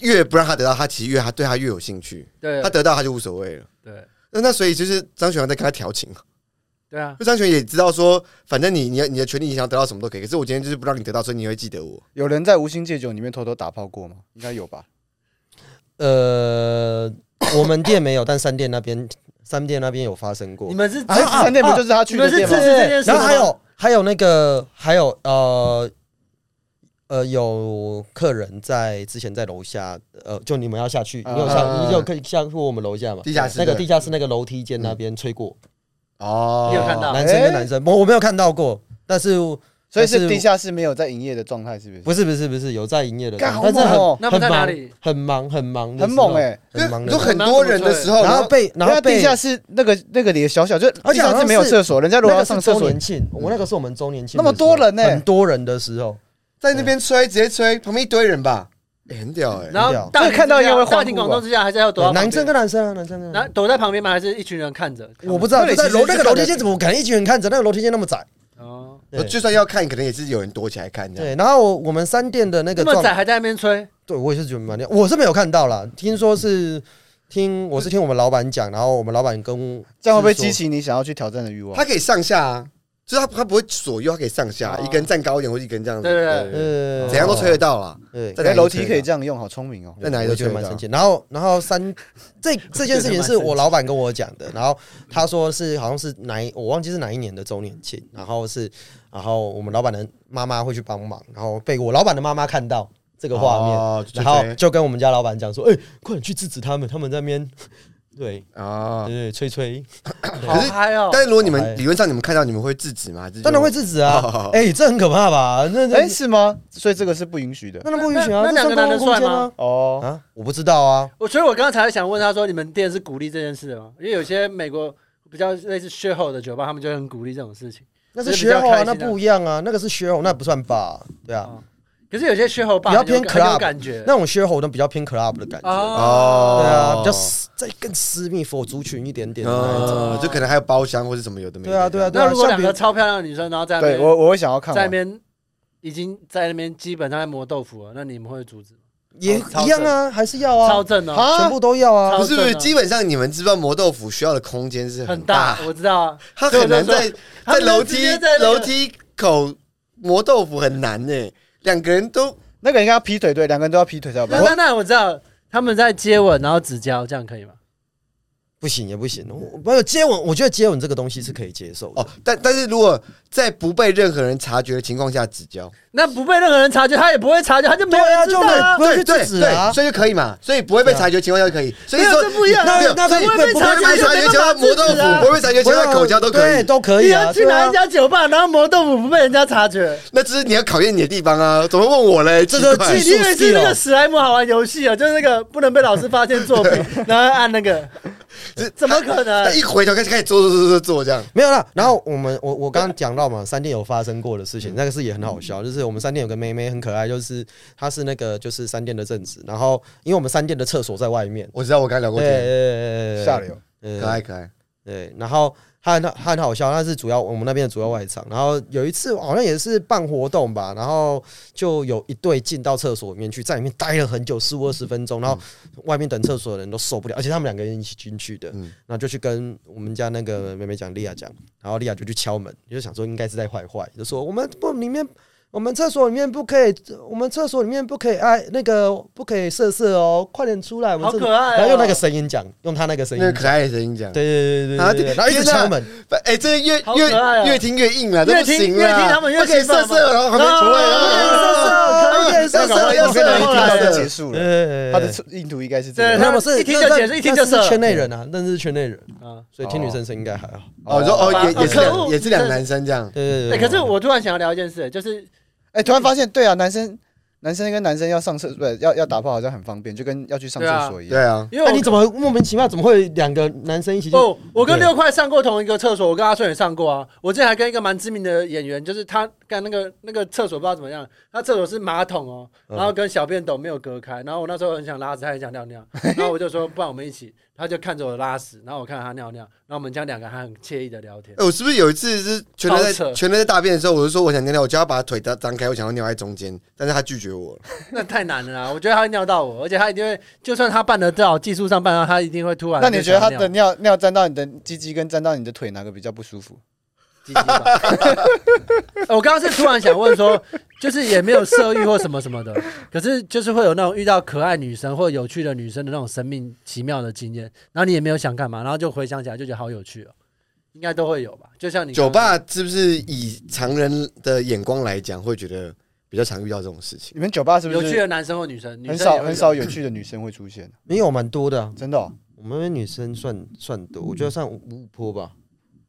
Speaker 3: 越不让他得到他，其实越他对他越有兴趣，
Speaker 1: 对
Speaker 3: 他得到他就无所谓了。
Speaker 1: 对
Speaker 3: 那那所以就是张学良在跟他调情，
Speaker 1: 对啊，
Speaker 3: 就张学良也知道说，反正你你你的权利你想得到什么都可以，可是我今天就是不让你得到，所以你会记得我。
Speaker 2: 有人在无心戒酒里面偷偷打炮过吗？应该有吧。
Speaker 4: 呃，我们店没有，但三 店那边，三店那边有发生过
Speaker 1: 你。们是
Speaker 2: 啊，三店不就是他
Speaker 1: 你
Speaker 2: 去
Speaker 1: 们
Speaker 2: 的
Speaker 1: 是支
Speaker 2: 店
Speaker 1: 持
Speaker 2: 吗？
Speaker 1: 这件事
Speaker 4: 然
Speaker 1: 吗？
Speaker 4: 后还有还有那个，还有呃呃，有客人在之前在楼下，呃，就你们要下去，
Speaker 2: 啊
Speaker 4: 你有下，
Speaker 3: 啊
Speaker 4: 你有可以下过我们楼下嘛？
Speaker 3: 地下室
Speaker 4: 那个
Speaker 3: 对
Speaker 4: 地下室那个楼梯间那边吹过，
Speaker 3: 哦，
Speaker 1: 你有看到啊
Speaker 4: 男生
Speaker 2: 欸
Speaker 4: 跟男生，我我没有看到过，但是
Speaker 2: 所以是
Speaker 4: 但是
Speaker 2: 地下室没有在营业的状态，是不是？
Speaker 4: 不是不是不是有在营业的，
Speaker 2: 干
Speaker 4: 但
Speaker 2: 好
Speaker 4: 是
Speaker 2: 猛
Speaker 4: 很
Speaker 2: 哦
Speaker 1: 那不在
Speaker 4: 很忙
Speaker 1: 哪里？
Speaker 4: 很忙很忙的
Speaker 2: 很
Speaker 4: 时候
Speaker 2: 猛哎，
Speaker 4: 很忙的
Speaker 3: 就
Speaker 4: 时候
Speaker 3: 很多人的时候，
Speaker 4: 然后被然
Speaker 2: 因
Speaker 4: 后
Speaker 2: 为
Speaker 4: 被
Speaker 2: 地下室那个那个里的小小，就
Speaker 4: 而
Speaker 2: 地
Speaker 4: 且好
Speaker 2: 下
Speaker 4: 像
Speaker 2: 室没有
Speaker 4: 是
Speaker 2: 厕所，人家如果
Speaker 4: 那
Speaker 2: 要
Speaker 4: 个是
Speaker 2: 上厕
Speaker 4: 周
Speaker 2: 所，
Speaker 4: 年庆，嗯我那个是我们周年庆
Speaker 2: 那么
Speaker 4: 的时候
Speaker 2: 多人欸
Speaker 4: 很多人的时候，
Speaker 3: 在那边吹，直接吹，旁边一堆人吧，欸很屌哎、
Speaker 1: 嗯然
Speaker 4: 很屌
Speaker 1: 后大
Speaker 2: 这个看到应该会
Speaker 1: 大庭广
Speaker 2: 欢呼吧
Speaker 1: 众之下，还是要躲
Speaker 4: 对
Speaker 1: 到
Speaker 4: 男
Speaker 1: 旁
Speaker 4: 生
Speaker 1: 边
Speaker 4: 跟男生啊，男生跟
Speaker 1: 然
Speaker 4: 男生
Speaker 1: 后躲在旁边吗？还是一群人看着？
Speaker 4: 我不知道
Speaker 2: 那里
Speaker 4: 在
Speaker 2: 其实是
Speaker 4: 楼那个
Speaker 2: 看得
Speaker 4: 楼梯间怎么可能一群人看着？那个楼梯间那么窄，
Speaker 1: 哦，
Speaker 4: 对
Speaker 3: 就算要看，可能也是有人躲起来看这样。
Speaker 4: 对。然后我们三店的那
Speaker 1: 这
Speaker 4: 个
Speaker 1: 么
Speaker 4: 状
Speaker 1: 窄还在那边吹，
Speaker 4: 对我也是觉得蛮厉害，我是没有看到啦，听说是听我是听我们老板讲，然后我们老板跟
Speaker 2: 这样会不会
Speaker 4: 是说
Speaker 2: 激起你想要去挑战的欲望哎
Speaker 3: 他？可以上下啊，就是他他不会左右，他可以上下，
Speaker 1: 哦
Speaker 3: 一个人站高一点，或者一个人这样子，
Speaker 1: 对对对
Speaker 4: 呃
Speaker 3: 怎样都吹得到啦。
Speaker 4: 对
Speaker 3: 在
Speaker 2: 在楼梯
Speaker 3: 哪里
Speaker 2: 可以
Speaker 3: 吹
Speaker 2: 这样用，好聪明哦！
Speaker 3: 在哪里
Speaker 4: 我
Speaker 3: 都
Speaker 4: 觉
Speaker 3: 吹
Speaker 4: 得
Speaker 3: 得
Speaker 4: 蛮
Speaker 3: 到
Speaker 4: 神。奇。然后，然后三 这这件事情是我老板跟我讲的，然后他说是好像是哪一我忘记是哪一年的周年庆，然后是然后我们老板的妈妈会去帮忙，然后被我老板的妈妈看到这个画面，
Speaker 3: 哦就
Speaker 4: 然后
Speaker 3: 吹
Speaker 4: 就跟我们家老板讲说，哎、快点去制止他们，他们在那边对对
Speaker 3: 哦，
Speaker 4: 对吹吹，
Speaker 1: 好嗨哦！
Speaker 3: 但是如果你
Speaker 4: 好嗨
Speaker 3: 们理论上你们看到，你们会制止吗？还是就
Speaker 4: 哎当然会制止啊
Speaker 3: 哦，
Speaker 4: 哎、这很可怕吧？那那、
Speaker 2: 哎，是吗？所以这个是不允许的
Speaker 4: 那那不允许啊，
Speaker 1: 那那
Speaker 4: 这算
Speaker 1: 两个男的
Speaker 4: 公共空间
Speaker 1: 帅吗
Speaker 4: 啊
Speaker 2: 哦。
Speaker 4: 啊，我不知道啊，
Speaker 1: 我所以，我刚刚才想问他说，你们店是鼓励这件事的吗？因为有些美国比较类似 s h a r e h o l 的酒吧，他们就很鼓励这种事情。
Speaker 4: 那
Speaker 1: 就是是
Speaker 4: 学
Speaker 1: 比
Speaker 4: 后
Speaker 1: 较
Speaker 4: 啊，
Speaker 1: 开
Speaker 4: 那
Speaker 1: 心的
Speaker 4: 不一样啊，那个是学后，那不算吧？对啊，
Speaker 1: 哦可是有些 s h a r e h o l 吧
Speaker 4: 比较
Speaker 1: 很有
Speaker 4: 偏
Speaker 1: 很
Speaker 4: club
Speaker 1: 有感觉
Speaker 4: 那种学后那比较偏 club 的感觉，
Speaker 1: 哦，
Speaker 4: 对啊，比较私再更私密佛族群一点点的那一种。
Speaker 3: 哦就可能还有包厢或者什么有的没的。
Speaker 4: 啊对啊，对啊，对啊。
Speaker 1: 那如果
Speaker 4: 像
Speaker 1: 两
Speaker 4: 比如
Speaker 1: 个超漂亮的女生，然后啊在那
Speaker 2: 对
Speaker 1: 边
Speaker 2: 我我会想要看
Speaker 1: 在那
Speaker 2: 完，
Speaker 1: 边已经在那边基本上在磨豆腐了，那你们会阻止吗？
Speaker 4: 也
Speaker 1: 哦超
Speaker 4: 一样啊，还是要
Speaker 1: 超
Speaker 4: 啊，
Speaker 1: 正哦，
Speaker 2: 啊
Speaker 4: 全部都要啊
Speaker 1: 超。
Speaker 3: 不是不是，
Speaker 1: 正啊
Speaker 3: 基本上你们知不知道磨豆腐需要的空间是
Speaker 1: 很
Speaker 3: 大
Speaker 1: 大，，我知道啊。
Speaker 3: 他很难
Speaker 1: 所以我
Speaker 3: 在
Speaker 1: 就说他
Speaker 3: 在
Speaker 1: 们
Speaker 3: 楼
Speaker 1: 直
Speaker 3: 梯
Speaker 1: 接在那个
Speaker 3: 楼梯口磨豆腐很难呢，两个人都
Speaker 2: 那个应该要劈腿，对，两个人都要劈腿才有
Speaker 1: 那
Speaker 2: 办
Speaker 1: 那
Speaker 2: 法。
Speaker 1: 那我知道他们在接吻，然后指交，这样可以吗？
Speaker 4: 不行也不行，我没有接吻，我觉得接吻这个东西是可以接受的
Speaker 3: 哦。，但但是如果在不被任何人察觉的情况下指交，
Speaker 1: 那不被任何人察觉，他也不会察觉，他就没有
Speaker 4: 对啊
Speaker 1: 人知道
Speaker 4: 就没
Speaker 1: 啊
Speaker 4: 不要去
Speaker 3: 对对
Speaker 4: 制止啊
Speaker 3: 对所以就可以嘛，所以不会被察觉的情况下就可以，所以
Speaker 1: 没有
Speaker 3: 说
Speaker 1: 这不一样啊
Speaker 3: 没有
Speaker 4: 那
Speaker 3: 所以
Speaker 4: 不会被
Speaker 3: 不会
Speaker 1: 察觉
Speaker 3: 察觉的情况下磨豆
Speaker 1: 就没办法制止啊
Speaker 3: 腐，不会被察觉的情况下口交都可
Speaker 4: 对
Speaker 3: 以，
Speaker 4: 都可
Speaker 1: 你
Speaker 4: 以啊。
Speaker 1: 要去
Speaker 4: 对啊
Speaker 1: 哪一家酒吧，然后磨豆腐不被人家察觉？
Speaker 3: 那只是你要考验你的地方啊，怎么问我嘞？
Speaker 4: 这个
Speaker 3: 奇怪
Speaker 4: 技
Speaker 1: 你
Speaker 4: 术
Speaker 1: 以为是那
Speaker 4: 哦
Speaker 1: 个史莱姆好玩游戏啊？就是那个不能被老师发现作弊，然后按那个
Speaker 3: 这，
Speaker 1: 怎么可能
Speaker 3: 他？一回头开始开始做做做做做这样，
Speaker 4: 没有啦，然后我们我我刚刚讲到嘛，三店有发生过的事情，那个事也很好笑，就是我们三店有个妹妹很可爱，就是她是那个就是三店的正职，然后因为我们三店的厕所在外面，
Speaker 3: 我知道我刚才聊过
Speaker 4: 对
Speaker 3: 天，
Speaker 4: 对对
Speaker 2: 下流，
Speaker 4: 对
Speaker 3: 可爱可爱，
Speaker 4: 对，然后她很她很好笑，她是主要我们那边的主要外场，然后有一次好像也是办活动吧，然后就有一对进到厕所里面去，在里面待了很久，十五二十分钟，然后
Speaker 1: 嗯
Speaker 4: 外面等厕所的人都受不了，而且他们两个人一起进去的，
Speaker 3: 嗯，
Speaker 4: 然后就去跟我们家那个妹妹讲，莉亚讲，然后莉亚就去敲门，就想说应该是在坏坏，就说我们不里面，我们厕所里面不可以，我们厕所里面不可以爱那个不可以色色哦，快点出来，我们
Speaker 1: 好
Speaker 4: 厕所
Speaker 1: 可爱哦
Speaker 4: 然后用那个声音讲，用他那个声音
Speaker 3: 那个可
Speaker 4: 讲，
Speaker 3: 爱的声音讲，
Speaker 4: 对对对对对对对，
Speaker 3: 啊
Speaker 4: 然后一
Speaker 3: 天
Speaker 4: 直
Speaker 3: 哪
Speaker 4: 敲门，
Speaker 3: 哎，这个越
Speaker 1: 好可爱
Speaker 3: 越
Speaker 1: 哦
Speaker 3: 越听越硬了，这
Speaker 1: 越
Speaker 3: 不
Speaker 1: 听
Speaker 3: 行
Speaker 1: 越
Speaker 3: 啦
Speaker 1: 听他们越
Speaker 3: 不可以
Speaker 1: 兴奋啊
Speaker 3: 色
Speaker 1: 嘛
Speaker 3: 色，然后旁边出来
Speaker 1: 啊
Speaker 3: 了，
Speaker 4: 不可以色 色不可以色色
Speaker 3: 要色
Speaker 1: 然
Speaker 3: 了
Speaker 1: 后
Speaker 3: 要
Speaker 1: 后来
Speaker 2: 他
Speaker 3: 色要
Speaker 2: 就
Speaker 3: 色
Speaker 2: 结。束了，
Speaker 4: 呃
Speaker 2: 他的意图应该是这
Speaker 1: 对
Speaker 2: 样。
Speaker 4: 那不是
Speaker 1: 一听就
Speaker 4: 那
Speaker 1: 解释一听就
Speaker 4: 那是
Speaker 1: 射
Speaker 4: 圈内人啊，那是圈内人，
Speaker 1: 啊，
Speaker 4: 所以听女生声音应该还好。
Speaker 3: 哦，你说哦，也也是
Speaker 1: 可
Speaker 3: 两
Speaker 1: 恶
Speaker 3: 也是两男生这样，
Speaker 4: 对对
Speaker 1: 哎，可
Speaker 4: 对，
Speaker 1: 是我突然想要聊一件事，就是
Speaker 2: 哎，突然发现，对啊，男生男生跟男生要上厕，不是要要打炮好像很方便，就跟要去上厕所一样。
Speaker 3: 对啊，
Speaker 1: 因为
Speaker 4: 那
Speaker 1: 我
Speaker 4: 你怎么莫名其妙怎么会两个男生一起去？
Speaker 1: 哦，我跟
Speaker 4: 对
Speaker 1: 六块上过同一个厕所，我跟阿顺也上过啊。我之前还跟一个蛮知名的演员，就是他干那个那个厕所不知道怎么样，他厕所是马桶哦，
Speaker 4: 嗯
Speaker 1: 然后跟小便斗没有隔开。然后我那时候很想拉屎，他很想尿 尿，然后我就说不然我们一起，他就看着我拉屎，然后我看着他尿尿，然后我们这样两个还很惬意的聊天。
Speaker 3: 哎，我是不是有一次是全都在
Speaker 1: 超扯
Speaker 3: 全都在大便的时候，我就说我想尿尿，我叫他把腿张张开，我想要尿在中间，但是他拒绝我了。
Speaker 1: 那太难了啊啦，我觉得他会尿到我，而且他一定会，就算他办得到，技术上办得到，他一定会突然
Speaker 2: 那
Speaker 1: 就想尿。
Speaker 2: 你觉得他的尿尿沾到你的鸡鸡跟沾到你的腿哪个比较不舒服？
Speaker 1: 鸡鸡 吧？我刚刚是突然想问说，就是也没有色欲或什么什么的，可是就是会有那种遇到可爱女生或有趣的女生的那种生命奇妙的经验，然后你也没有想干嘛，然后就回想起来就觉得好有趣哦。应该都会有吧？就像你刚
Speaker 3: 酒吧是不是以常人的眼光来讲，会觉得比较常遇到这种事情？
Speaker 2: 你们酒吧是不
Speaker 1: 有趣
Speaker 2: 是
Speaker 1: 的男生或女生，女
Speaker 2: 很
Speaker 1: 生
Speaker 2: 少
Speaker 1: 也会
Speaker 2: 很少有趣的女生会出现？
Speaker 4: 没有蛮多的啊、
Speaker 2: 真的哦、
Speaker 4: 我们那边女生算算多，我觉得算五五波吧，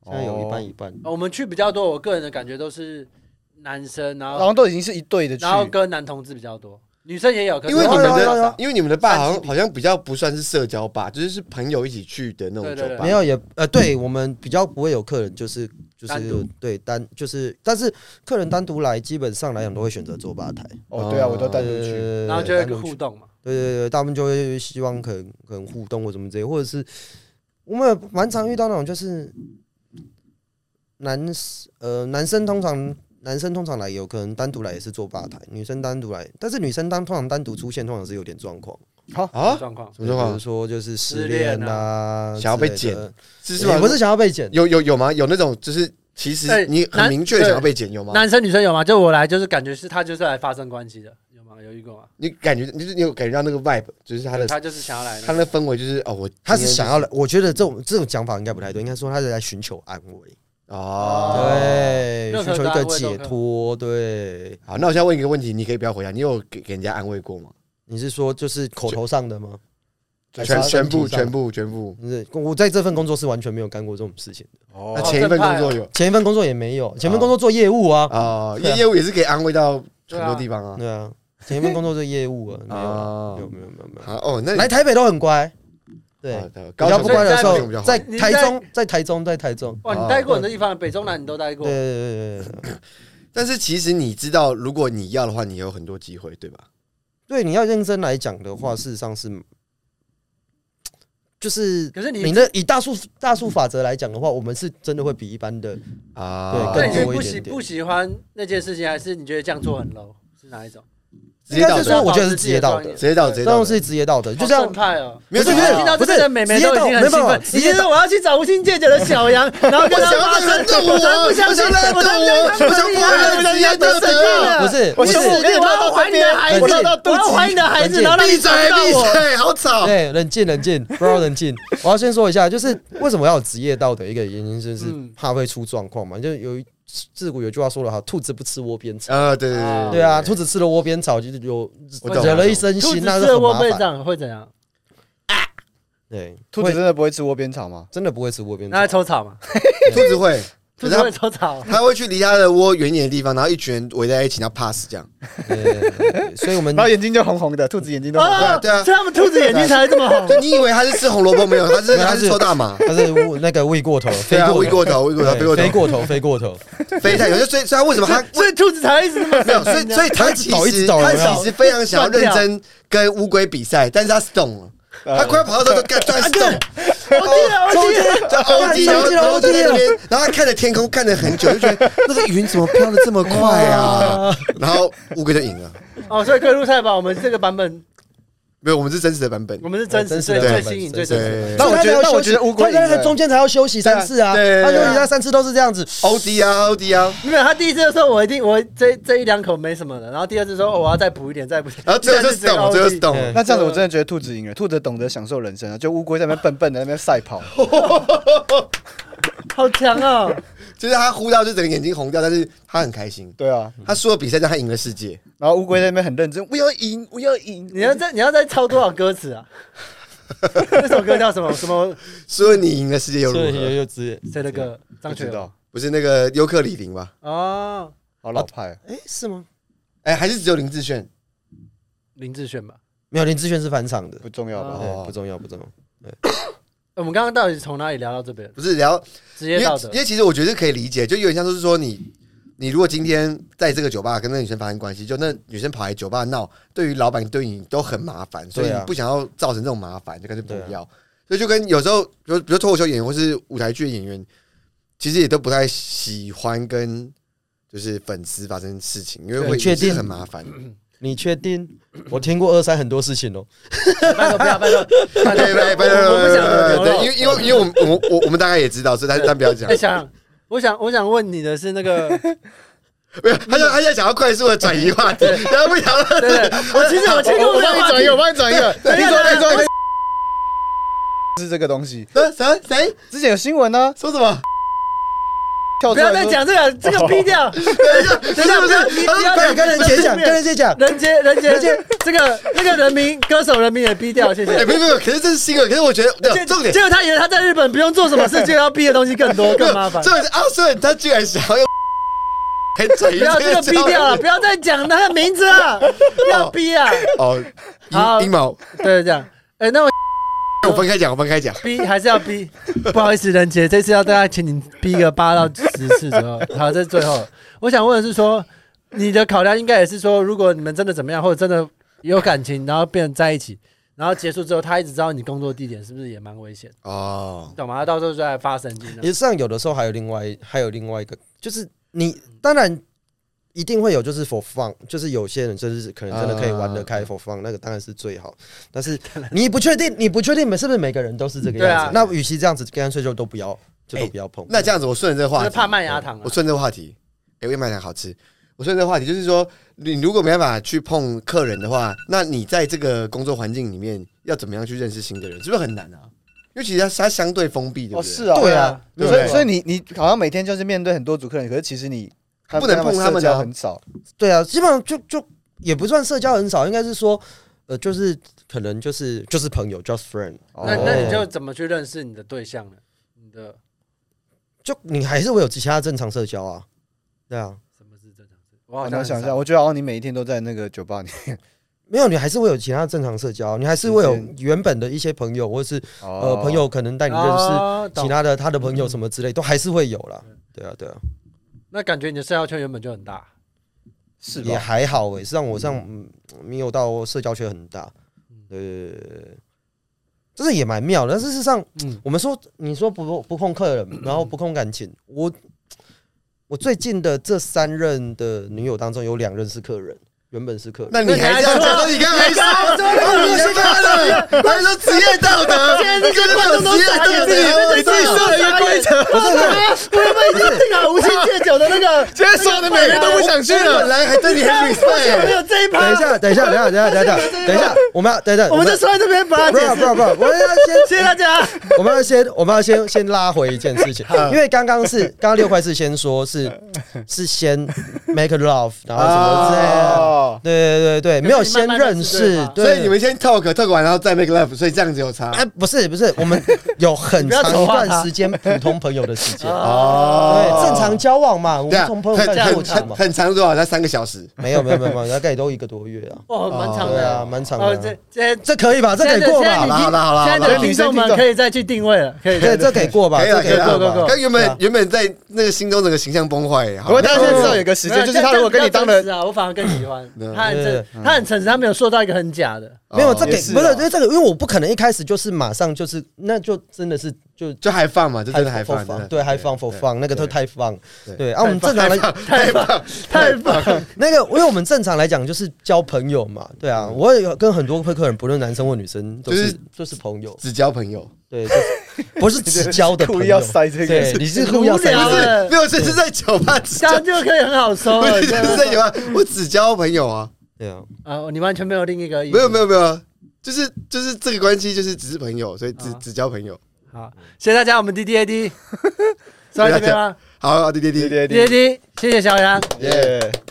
Speaker 4: 现在有一半一半。
Speaker 1: 呃我们去比较多，我个人的感觉都是男生，然
Speaker 2: 然
Speaker 1: 后
Speaker 2: 后都已经是一对的去，
Speaker 1: 然后跟男同志比较多，女生也有，可是
Speaker 3: 因为你们
Speaker 1: 比较
Speaker 3: 的
Speaker 1: 少，
Speaker 3: 因为你们的爸
Speaker 1: 三十
Speaker 3: 好像
Speaker 1: 比
Speaker 3: 好像比较不算是社交吧，就是是朋友一起去的那种
Speaker 1: 对
Speaker 3: 酒
Speaker 1: 对
Speaker 3: 吧。
Speaker 1: 对
Speaker 4: 没有也呃，对我们比较不会有客人，就是就
Speaker 1: 单
Speaker 4: 是
Speaker 1: 独
Speaker 4: 对单就是，但是客人单独来，基本上来讲都会选择坐吧台，
Speaker 2: 哦，对啊，我都带出去。
Speaker 4: 呃
Speaker 1: 然后就会有一个
Speaker 4: 单
Speaker 1: 互
Speaker 4: 独去
Speaker 1: 动嘛。
Speaker 4: 对对对，他们就会希望可能可能互动或什么之类，或者是我们有蛮常遇到那种就是男 s- 呃男生通常男生通常来有可能单独来也是坐吧台，女生单独来，但是女生当通常单独出现通常是有点状况，
Speaker 3: 啊，
Speaker 1: 状况
Speaker 3: 什
Speaker 4: 比
Speaker 3: 么状
Speaker 4: 如
Speaker 3: 况？
Speaker 4: 说就是失
Speaker 1: 失恋
Speaker 4: 恋啊，
Speaker 3: 想要被
Speaker 4: 之类
Speaker 3: 剪
Speaker 4: 的，
Speaker 3: 是
Speaker 4: 也
Speaker 3: 吗？
Speaker 4: 不是想要被剪，
Speaker 3: 有有有吗？有那种就是其
Speaker 1: 哎
Speaker 3: 实你很
Speaker 1: 男
Speaker 3: 明确
Speaker 1: 对
Speaker 3: 想要被剪有吗？
Speaker 1: 男生女生有吗？就我来就是感觉是他就是来发生关系的，有吗？有遇过吗？
Speaker 3: 你感觉你就是你有感觉到那个 vibe，就是他的
Speaker 1: 他就是想要来那
Speaker 3: 他
Speaker 1: 个，
Speaker 3: 的氛围就是哦，我
Speaker 4: 他是想要
Speaker 3: 了
Speaker 4: 来，我觉得这种这种讲法应该不太对，应该说他是来寻求安慰，
Speaker 3: 哦。
Speaker 4: 对，
Speaker 1: 任
Speaker 4: 寻
Speaker 1: 何
Speaker 4: 求
Speaker 1: 的
Speaker 4: 一个
Speaker 1: 安慰都
Speaker 4: 解
Speaker 1: 可以
Speaker 4: 脱，对。
Speaker 3: 好，那我现在问一个问题，你可以不要回答。你有给给人家安慰过吗？
Speaker 4: 你是说就是口头上的吗？
Speaker 2: 还是
Speaker 3: 全
Speaker 2: 他
Speaker 3: 全部
Speaker 2: 身体上
Speaker 3: 全部全部。
Speaker 4: 就是我在这份工作是完全没有干过这种事情的，
Speaker 3: 那
Speaker 1: 哦
Speaker 3: 前一份
Speaker 1: 正派
Speaker 3: 工作
Speaker 1: 哦
Speaker 3: 有
Speaker 4: 前一份工作也没有，前一份工作做业务啊，
Speaker 3: 哦，
Speaker 4: 对啊
Speaker 3: 业业务也是可以安慰到很
Speaker 1: 对啊
Speaker 3: 多地方啊。
Speaker 4: 对啊，前一份工作做业务啊，没有啊，
Speaker 3: 哦
Speaker 4: 没有没有没有没
Speaker 3: 好哦，那
Speaker 4: 有，
Speaker 3: 你
Speaker 4: 来台北都很乖，对，
Speaker 3: 哦对
Speaker 4: 比
Speaker 3: 高
Speaker 4: 较
Speaker 3: 雄
Speaker 4: 不乖的时
Speaker 3: 高
Speaker 4: 候
Speaker 3: 雄比较，好
Speaker 4: 在
Speaker 1: 你
Speaker 4: 台
Speaker 1: 在
Speaker 4: 中，在台中，在台中，
Speaker 1: 哇，
Speaker 3: 啊
Speaker 1: 你待过很多地方，北中南你都待过
Speaker 4: 对，对对对对对，
Speaker 3: 但是其实你知道，如果你要的话，你有很多机会，对吧？
Speaker 4: 对，你要认真来讲的话，事实上是。就是
Speaker 1: 可是你
Speaker 4: 你的以大数大数法则来讲的话，我们是真的会比一般的
Speaker 3: 啊
Speaker 1: 那你
Speaker 4: 对
Speaker 1: 是
Speaker 4: 更多
Speaker 1: 不
Speaker 4: 一
Speaker 1: 喜
Speaker 4: 点点
Speaker 1: 不喜欢那件事情，还是你觉得这样做很 low？是哪一种？
Speaker 3: 直接
Speaker 4: 应该
Speaker 3: 到
Speaker 4: 是说
Speaker 3: 的，
Speaker 4: 我觉得是职业道德
Speaker 3: 直接到，直接
Speaker 4: 这
Speaker 3: 到
Speaker 4: 种
Speaker 3: 的。
Speaker 4: 是职业道德，就
Speaker 1: 好
Speaker 4: 这样
Speaker 1: 正派哦。
Speaker 3: 没有
Speaker 1: 我
Speaker 3: 这
Speaker 1: 听
Speaker 3: 个
Speaker 1: 到这边的美眉都已经很兴奋，
Speaker 4: 不是
Speaker 1: 你觉得我要去找无心戒酒的小杨，然后跟
Speaker 3: 我
Speaker 1: 他
Speaker 3: 想要
Speaker 1: 发
Speaker 3: 忍
Speaker 1: 生，
Speaker 3: 着我，
Speaker 1: 才不
Speaker 3: 我
Speaker 1: 相
Speaker 3: 想
Speaker 1: 信
Speaker 3: 忍着我，啊
Speaker 1: 我才不相信
Speaker 3: 我想不忍着要得得。
Speaker 4: 不是，
Speaker 2: 我
Speaker 4: 不是
Speaker 2: 胸部
Speaker 1: 我要怀你的孩子，
Speaker 4: 我
Speaker 1: 我
Speaker 4: 绕到
Speaker 1: 要怀你的孩子，
Speaker 4: 冷静
Speaker 1: 然后让你
Speaker 3: 闭嘴
Speaker 1: 找不，到
Speaker 3: 闭
Speaker 1: 我。
Speaker 3: 嘴，好吵。
Speaker 4: 对，冷静冷静，不要冷静。我要先说一下，就是为什么要有职业道德？一个原因就是
Speaker 1: 嗯
Speaker 4: 怕会出状况嘛。就有一自古有句话说得好，兔子不吃窝边草。
Speaker 3: 啊，对对对
Speaker 4: 对啊，兔子吃了窝边草，就是有
Speaker 3: 我懂
Speaker 4: 惹了一身
Speaker 1: 兔子
Speaker 4: 腥，那
Speaker 1: 吃
Speaker 4: 是
Speaker 1: 了
Speaker 4: 很
Speaker 1: 窝
Speaker 4: 麻
Speaker 1: 背
Speaker 4: 烦。
Speaker 1: 长会怎样？
Speaker 4: 对，
Speaker 2: 兔子
Speaker 4: 会
Speaker 2: 真的不会吃窝边草吗？
Speaker 4: 真的不会吃窝边
Speaker 1: 拿来
Speaker 4: 草。
Speaker 1: 抽草嘛？
Speaker 3: 兔子会，
Speaker 1: 兔
Speaker 3: 可
Speaker 1: 子
Speaker 3: 是
Speaker 1: 会
Speaker 3: 它
Speaker 1: 抽草。
Speaker 3: 它会去离它的窝远一点的地方，然后一群人围在一起，然后 pass 这样。
Speaker 4: 对对对对所 以我们
Speaker 3: 哎
Speaker 2: 然后眼睛就红红的，兔子眼睛都红红的。
Speaker 3: 啊
Speaker 1: 哦，
Speaker 3: 对啊
Speaker 1: 所以他们兔子眼睛才会这么 红。
Speaker 3: 就你以为它是吃红萝卜没有？ 它是
Speaker 4: 哦没有它
Speaker 3: 它
Speaker 4: 是
Speaker 3: 是抽大麻。
Speaker 4: 它啊是那个喂过头，飞
Speaker 3: 对啊，
Speaker 4: 过
Speaker 3: 喂过头，喂过头，
Speaker 4: 对
Speaker 3: 飞过
Speaker 4: 飞
Speaker 3: 头，
Speaker 4: 过头，飞过头。
Speaker 3: 飞太远。就所以所以它为什 么它
Speaker 1: 所以兔子才会一直这么
Speaker 3: 没有？所以所以它其
Speaker 4: 倒一直
Speaker 3: 实
Speaker 4: 倒有
Speaker 3: 它
Speaker 4: 没有
Speaker 3: 其实非常想要认真跟乌龟比赛，但是它 stone 了，
Speaker 4: 呃
Speaker 3: 它快要跑到这都
Speaker 4: 啊
Speaker 3: 干断 stone。
Speaker 1: 我记
Speaker 3: 啊
Speaker 1: 得，我记得。
Speaker 3: 在欧弟，然后然后在那边，然后他看着天空看了很久，就觉得那个云怎么飘的这么快啊？然后乌龟就赢了。
Speaker 1: 哦，所以各路菜吧，我们这个版本，
Speaker 3: 没有，我们是哎真实的版本
Speaker 1: 我。们是真实最
Speaker 4: 真实的
Speaker 1: 最
Speaker 4: 版本
Speaker 1: 新颖、
Speaker 4: 真
Speaker 1: 最
Speaker 4: 实
Speaker 1: 真实。
Speaker 3: 对
Speaker 2: 那我觉得
Speaker 4: 他才要
Speaker 2: 那我
Speaker 4: 休息
Speaker 2: 觉得乌龟
Speaker 4: 他在
Speaker 2: 赢了
Speaker 4: 中间才要休息三次啊，
Speaker 3: 对对
Speaker 4: 他
Speaker 3: 对
Speaker 4: 休息
Speaker 3: 对
Speaker 4: 他三次都是这样子。
Speaker 3: 欧弟啊，欧弟啊，
Speaker 1: 没有，他第一次的时候我一定我这这一两口没什么的，然后第二次说、哦我要再补一点，再补一点。
Speaker 3: 然后最后就是
Speaker 1: 这样
Speaker 3: 懂，最后是
Speaker 1: 这个 OD
Speaker 3: 懂。
Speaker 2: 那这样子我真的觉得兔子赢了，兔子懂得享受人生啊，就乌龟在那边笨笨的在那边赛跑，
Speaker 1: 好强哦！
Speaker 3: 就是他呼到就整个眼睛红掉，但是他很开心。
Speaker 2: 对啊，
Speaker 4: 嗯
Speaker 3: 他输了比赛，但他赢了世界。
Speaker 2: 然后乌龟在那边很认真，我要赢，我要赢，
Speaker 1: 你要再你要再抄多少歌 词啊？那首歌叫什么？什么
Speaker 3: 输了你赢了世界又如
Speaker 4: 所以
Speaker 3: 何？
Speaker 4: 又职业，
Speaker 1: 谁的歌？
Speaker 2: 不
Speaker 1: 张学
Speaker 2: 知
Speaker 1: 友
Speaker 2: 道，
Speaker 3: 不是那个尤克里林吧？
Speaker 1: 哦，
Speaker 2: 好老派啊，
Speaker 4: 哎，是吗？
Speaker 3: 哎，还是只有林志炫？
Speaker 1: 林志炫吧。
Speaker 4: 没有，林志炫是返场的。
Speaker 2: 不重要吧？
Speaker 1: 哦
Speaker 4: 对，不重要，不重要。
Speaker 1: 哎我们刚刚到底是从哪里聊到这边？
Speaker 3: 不是聊
Speaker 1: 职
Speaker 3: 因
Speaker 1: 业
Speaker 3: 为
Speaker 1: 道德
Speaker 3: 因。为其实我觉得可以理解，就有点像就是说你，你如果今天在这个酒吧跟那个女生发生关系，就那女生跑来酒吧闹，对于老板对你都很麻烦，所以
Speaker 4: 对
Speaker 3: 你
Speaker 4: 啊
Speaker 3: 不想要造成这种麻烦，就干脆
Speaker 4: 对啊
Speaker 3: 不要。所以就跟有时候，比如比如脱口秀演员或是舞台剧演员，其实也都不太喜欢跟就是粉丝发生事情，因为
Speaker 4: 对
Speaker 3: 会
Speaker 4: 你确定
Speaker 3: 是很麻烦。
Speaker 4: 你确定？我听过二三很多事情哦。
Speaker 1: 拜托不要，拜托，拜
Speaker 3: 对
Speaker 1: 托不要，
Speaker 3: 对对对
Speaker 1: 我我不想惹牛
Speaker 3: 对，因
Speaker 1: 肉。
Speaker 3: 为因为因为我们我们我我们大概也知道，所以但但不要讲
Speaker 1: 哎，。想，我想，我想问你的是那个，
Speaker 3: 没有，他就他就想要快速的转移话题，然后不想让
Speaker 1: 对对，我其实我听过
Speaker 2: 我
Speaker 1: 这
Speaker 2: 帮
Speaker 1: 个
Speaker 2: 你
Speaker 1: 话
Speaker 2: 转一
Speaker 1: 题
Speaker 2: 个，我，帮你转一个，
Speaker 1: 对
Speaker 2: 你说
Speaker 1: 对
Speaker 2: 你说。是这个东西，
Speaker 3: 呃谁谁
Speaker 2: 之前有新闻呢，啊
Speaker 3: 说什么？
Speaker 1: 不
Speaker 2: 跳出
Speaker 1: 要
Speaker 2: 来
Speaker 1: 再
Speaker 2: 说
Speaker 1: 讲这个，这个逼掉。等一下，等一下，不要
Speaker 4: 快点啊跟人杰讲，跟人杰讲，
Speaker 1: 人杰，人杰，人杰，这个那个人民歌手人民也逼掉，谢谢
Speaker 3: 哎，。没有没有，可是这是新闻，可是我觉得没有重点
Speaker 1: 结，果他以为他在日本不用做什么事，就要逼的东西更多，
Speaker 3: 没有
Speaker 1: 更麻烦。
Speaker 3: 重点是阿顺他居然想 要用来转移
Speaker 1: 不要这个
Speaker 3: 个
Speaker 1: 逼掉了，不要再讲他的名字了，不要逼啊！
Speaker 3: 哦，
Speaker 1: 好
Speaker 3: 阴阴谋，
Speaker 1: 对，这样。哎，那我
Speaker 3: 我分开讲，我分开讲。
Speaker 1: 逼还是要逼，不好意思，任杰，这次要大概请你逼个八到十次左右。好，这是最后了，我想问的是说，你的考量应该也是说，如果你们真的怎么样，或者真的有感情，然后变成在一起，然后结束之后，他一直知道你工作地点，是不是也蛮危险？
Speaker 3: 哦，
Speaker 1: 懂吗？他到时候就在发神经了
Speaker 4: 实。际上有的时候还有另外还有另外一个，就是你当然一定会有，就是 for fun，就是有些人真的是可能真的可以玩得开 for fun，那个当然是最好。但是你不确定，你不确定是不是每个人都是这个样子。
Speaker 1: 对
Speaker 4: 那与其这样子，干脆就都不要，就都不要碰。
Speaker 3: 那这样子，我顺着这个
Speaker 1: 就
Speaker 3: 话
Speaker 1: 是
Speaker 3: 题，哦
Speaker 1: 怕麦芽糖啊
Speaker 3: 我，顺着话题，哎、欸，麦芽糖好吃。我顺着话题就是说，你如果没办法去碰客人的话，那你在这个工作环境里面要怎么样去认识新的人，是不是很难啊？因为其实它它相对封闭，对不
Speaker 2: 哦，
Speaker 3: 对？
Speaker 2: 是啊，
Speaker 4: 对啊
Speaker 2: 啊，
Speaker 3: 对
Speaker 2: 所
Speaker 3: 对
Speaker 2: 以所以你你好像每天就是面对很多组客人，可是其实你
Speaker 3: 不能碰他们的
Speaker 2: 社
Speaker 3: 啊
Speaker 2: 交很少，
Speaker 4: 对啊，基本上就就也不算社交很少，应该是说，呃，就是可能就是就是朋友，just friend。
Speaker 1: 那
Speaker 2: 哦
Speaker 1: 那你就怎么去认识你的对象呢？你的
Speaker 4: 就你还是会有其他正常社交啊，对啊，
Speaker 1: 什么是正常事？我好
Speaker 2: 哎我
Speaker 1: 像
Speaker 2: 能想
Speaker 1: 很
Speaker 2: 一
Speaker 1: 少
Speaker 2: 下，我觉得好像你每一天都在那个酒吧里，
Speaker 4: 没有你还是会有其他正常社交，啊你还是会有原本的一些朋友，或是呃
Speaker 2: 哦
Speaker 4: 朋友可能带你认识
Speaker 1: 哦懂
Speaker 4: 其他的他的朋友什么之类，都还是会有啦。对啊，对啊，
Speaker 1: 那感觉你的社交圈原本就很大，
Speaker 2: 是
Speaker 4: 也
Speaker 2: 吧？
Speaker 4: 还好诶、是让我上嗯没有到社交圈很大，对对对对对，这是也蛮妙的。但是事实上，
Speaker 1: 嗯，
Speaker 4: 我们说，你说不不碰客人，然后不碰感情，我我最近的这三任的女友当中，有两任是客人，原本是客人。
Speaker 3: 那你还这样讲，那你刚才说，我是他的，还说职业道德，
Speaker 1: 现在这些观众都
Speaker 3: 职业
Speaker 1: 傻眼，
Speaker 3: 道
Speaker 1: 自己
Speaker 3: 德，
Speaker 1: 自己设了一个规则，不是我有没有一定啊？无心戒酒的那个，
Speaker 3: 现在所有的每个人都不想去哎了，本来还对你很
Speaker 1: 为
Speaker 3: 比
Speaker 1: 什么
Speaker 3: 赛，
Speaker 1: 有这一
Speaker 4: 等一
Speaker 1: 趴？
Speaker 4: 下，等一下，等一下，等一下，等一下，等一下，我们要等一下，
Speaker 1: 我们就说在这边把它
Speaker 4: 不
Speaker 1: 解
Speaker 4: 要不
Speaker 1: 释。
Speaker 4: 要不要，我们要先
Speaker 1: 谢谢大家。
Speaker 4: 我们要先，我们要先先拉回一件事情，因为刚刚是刚刚六块是先说是是先 make love，然后什么之类的，
Speaker 2: 哦，
Speaker 4: 对对对对，没有先认识，对
Speaker 3: 所以你们先 talk talk 完，然后再 make love，所以这样子有差
Speaker 4: 哎不是不是，我们 有很
Speaker 1: 不要
Speaker 4: 长
Speaker 1: 丑
Speaker 4: 一
Speaker 1: 化
Speaker 4: 段
Speaker 1: 他
Speaker 4: 时间普通朋友的时 间，
Speaker 3: 哦
Speaker 4: 对，正常交往嘛，我
Speaker 3: 对
Speaker 4: 们
Speaker 3: 啊，
Speaker 4: 从
Speaker 3: 很
Speaker 4: 朋友开始
Speaker 3: 很
Speaker 4: 过程
Speaker 3: 很
Speaker 4: 嘛，
Speaker 3: 很长多少？才三个小时。
Speaker 4: 没有没有没有，没有大概都一个多月啊，
Speaker 1: 哦哇，蛮长
Speaker 4: 对
Speaker 1: 的
Speaker 4: 啊，。蛮长
Speaker 1: 哦，
Speaker 4: 的
Speaker 1: 这
Speaker 4: 啊，
Speaker 1: 这
Speaker 4: 这可以吧？这可以过吧？
Speaker 1: 现在
Speaker 3: 好啦好啦好啦
Speaker 1: 现在的听众们可以再去定位了，可以
Speaker 4: 对，
Speaker 1: 再
Speaker 4: 这可以过吧？
Speaker 3: 可以
Speaker 4: 这
Speaker 3: 了，
Speaker 4: 可
Speaker 3: 可以
Speaker 4: 以过
Speaker 1: 够
Speaker 3: 了，
Speaker 1: 够
Speaker 4: 吧
Speaker 1: 够？
Speaker 3: 刚原
Speaker 4: 对啊
Speaker 3: 本原本在那个心中整个形象崩坏，
Speaker 2: 不过大家现在
Speaker 3: 哦
Speaker 2: 知道有个时
Speaker 1: 没有
Speaker 2: 间，就是他如果跟你当了
Speaker 1: 这样这样更诚实啊，我反而更喜欢
Speaker 3: 对
Speaker 1: 他很
Speaker 4: 对
Speaker 1: 诚，他很诚实，他没有塑造一个很假的。
Speaker 4: 没有这
Speaker 3: 个
Speaker 4: 给
Speaker 2: 也是
Speaker 4: 不是
Speaker 2: 啊
Speaker 4: 因为这个，因为我不可能一开始就是马上就是，那就真的是就
Speaker 3: 就还放嘛，就真的还放，
Speaker 4: 放，对，还放 for 放，那个都太放
Speaker 3: 对，
Speaker 4: 对啊，我们正常来
Speaker 3: 太放，
Speaker 1: 太棒！
Speaker 4: 那个，因为我们正常来讲就是交朋友嘛，对啊，我也有跟很多客人，不论男生或女生，都
Speaker 3: 就是
Speaker 4: 是就是朋友，
Speaker 3: 只交朋友，
Speaker 4: 对，就是不是只交 的
Speaker 2: 故
Speaker 4: 朋
Speaker 2: 意
Speaker 4: 友
Speaker 2: 要，塞这
Speaker 4: 对，
Speaker 2: 个，
Speaker 4: 你是故意要
Speaker 1: 无
Speaker 4: 塞这
Speaker 1: 聊
Speaker 4: 个，
Speaker 1: 了
Speaker 3: 没有，这是在酒吧只
Speaker 1: 这
Speaker 3: 交，
Speaker 1: 样就可以很好收
Speaker 2: 哦
Speaker 3: 不
Speaker 1: 了。
Speaker 3: 是这是在酒吧，我只交朋友啊，
Speaker 4: 对啊，
Speaker 1: 啊，你完全没有另一个意思。
Speaker 3: 没有没有没有，就是就是这个关系就是只是朋友，所以只
Speaker 1: 啊
Speaker 3: 只交朋友。
Speaker 1: 好，谢谢大家，我们 D D A D，收到这边吗
Speaker 3: 好，滴滴滴
Speaker 2: 对
Speaker 1: ？D
Speaker 2: 对
Speaker 1: D A D，谢谢小杨。
Speaker 3: 耶。
Speaker 2: 对。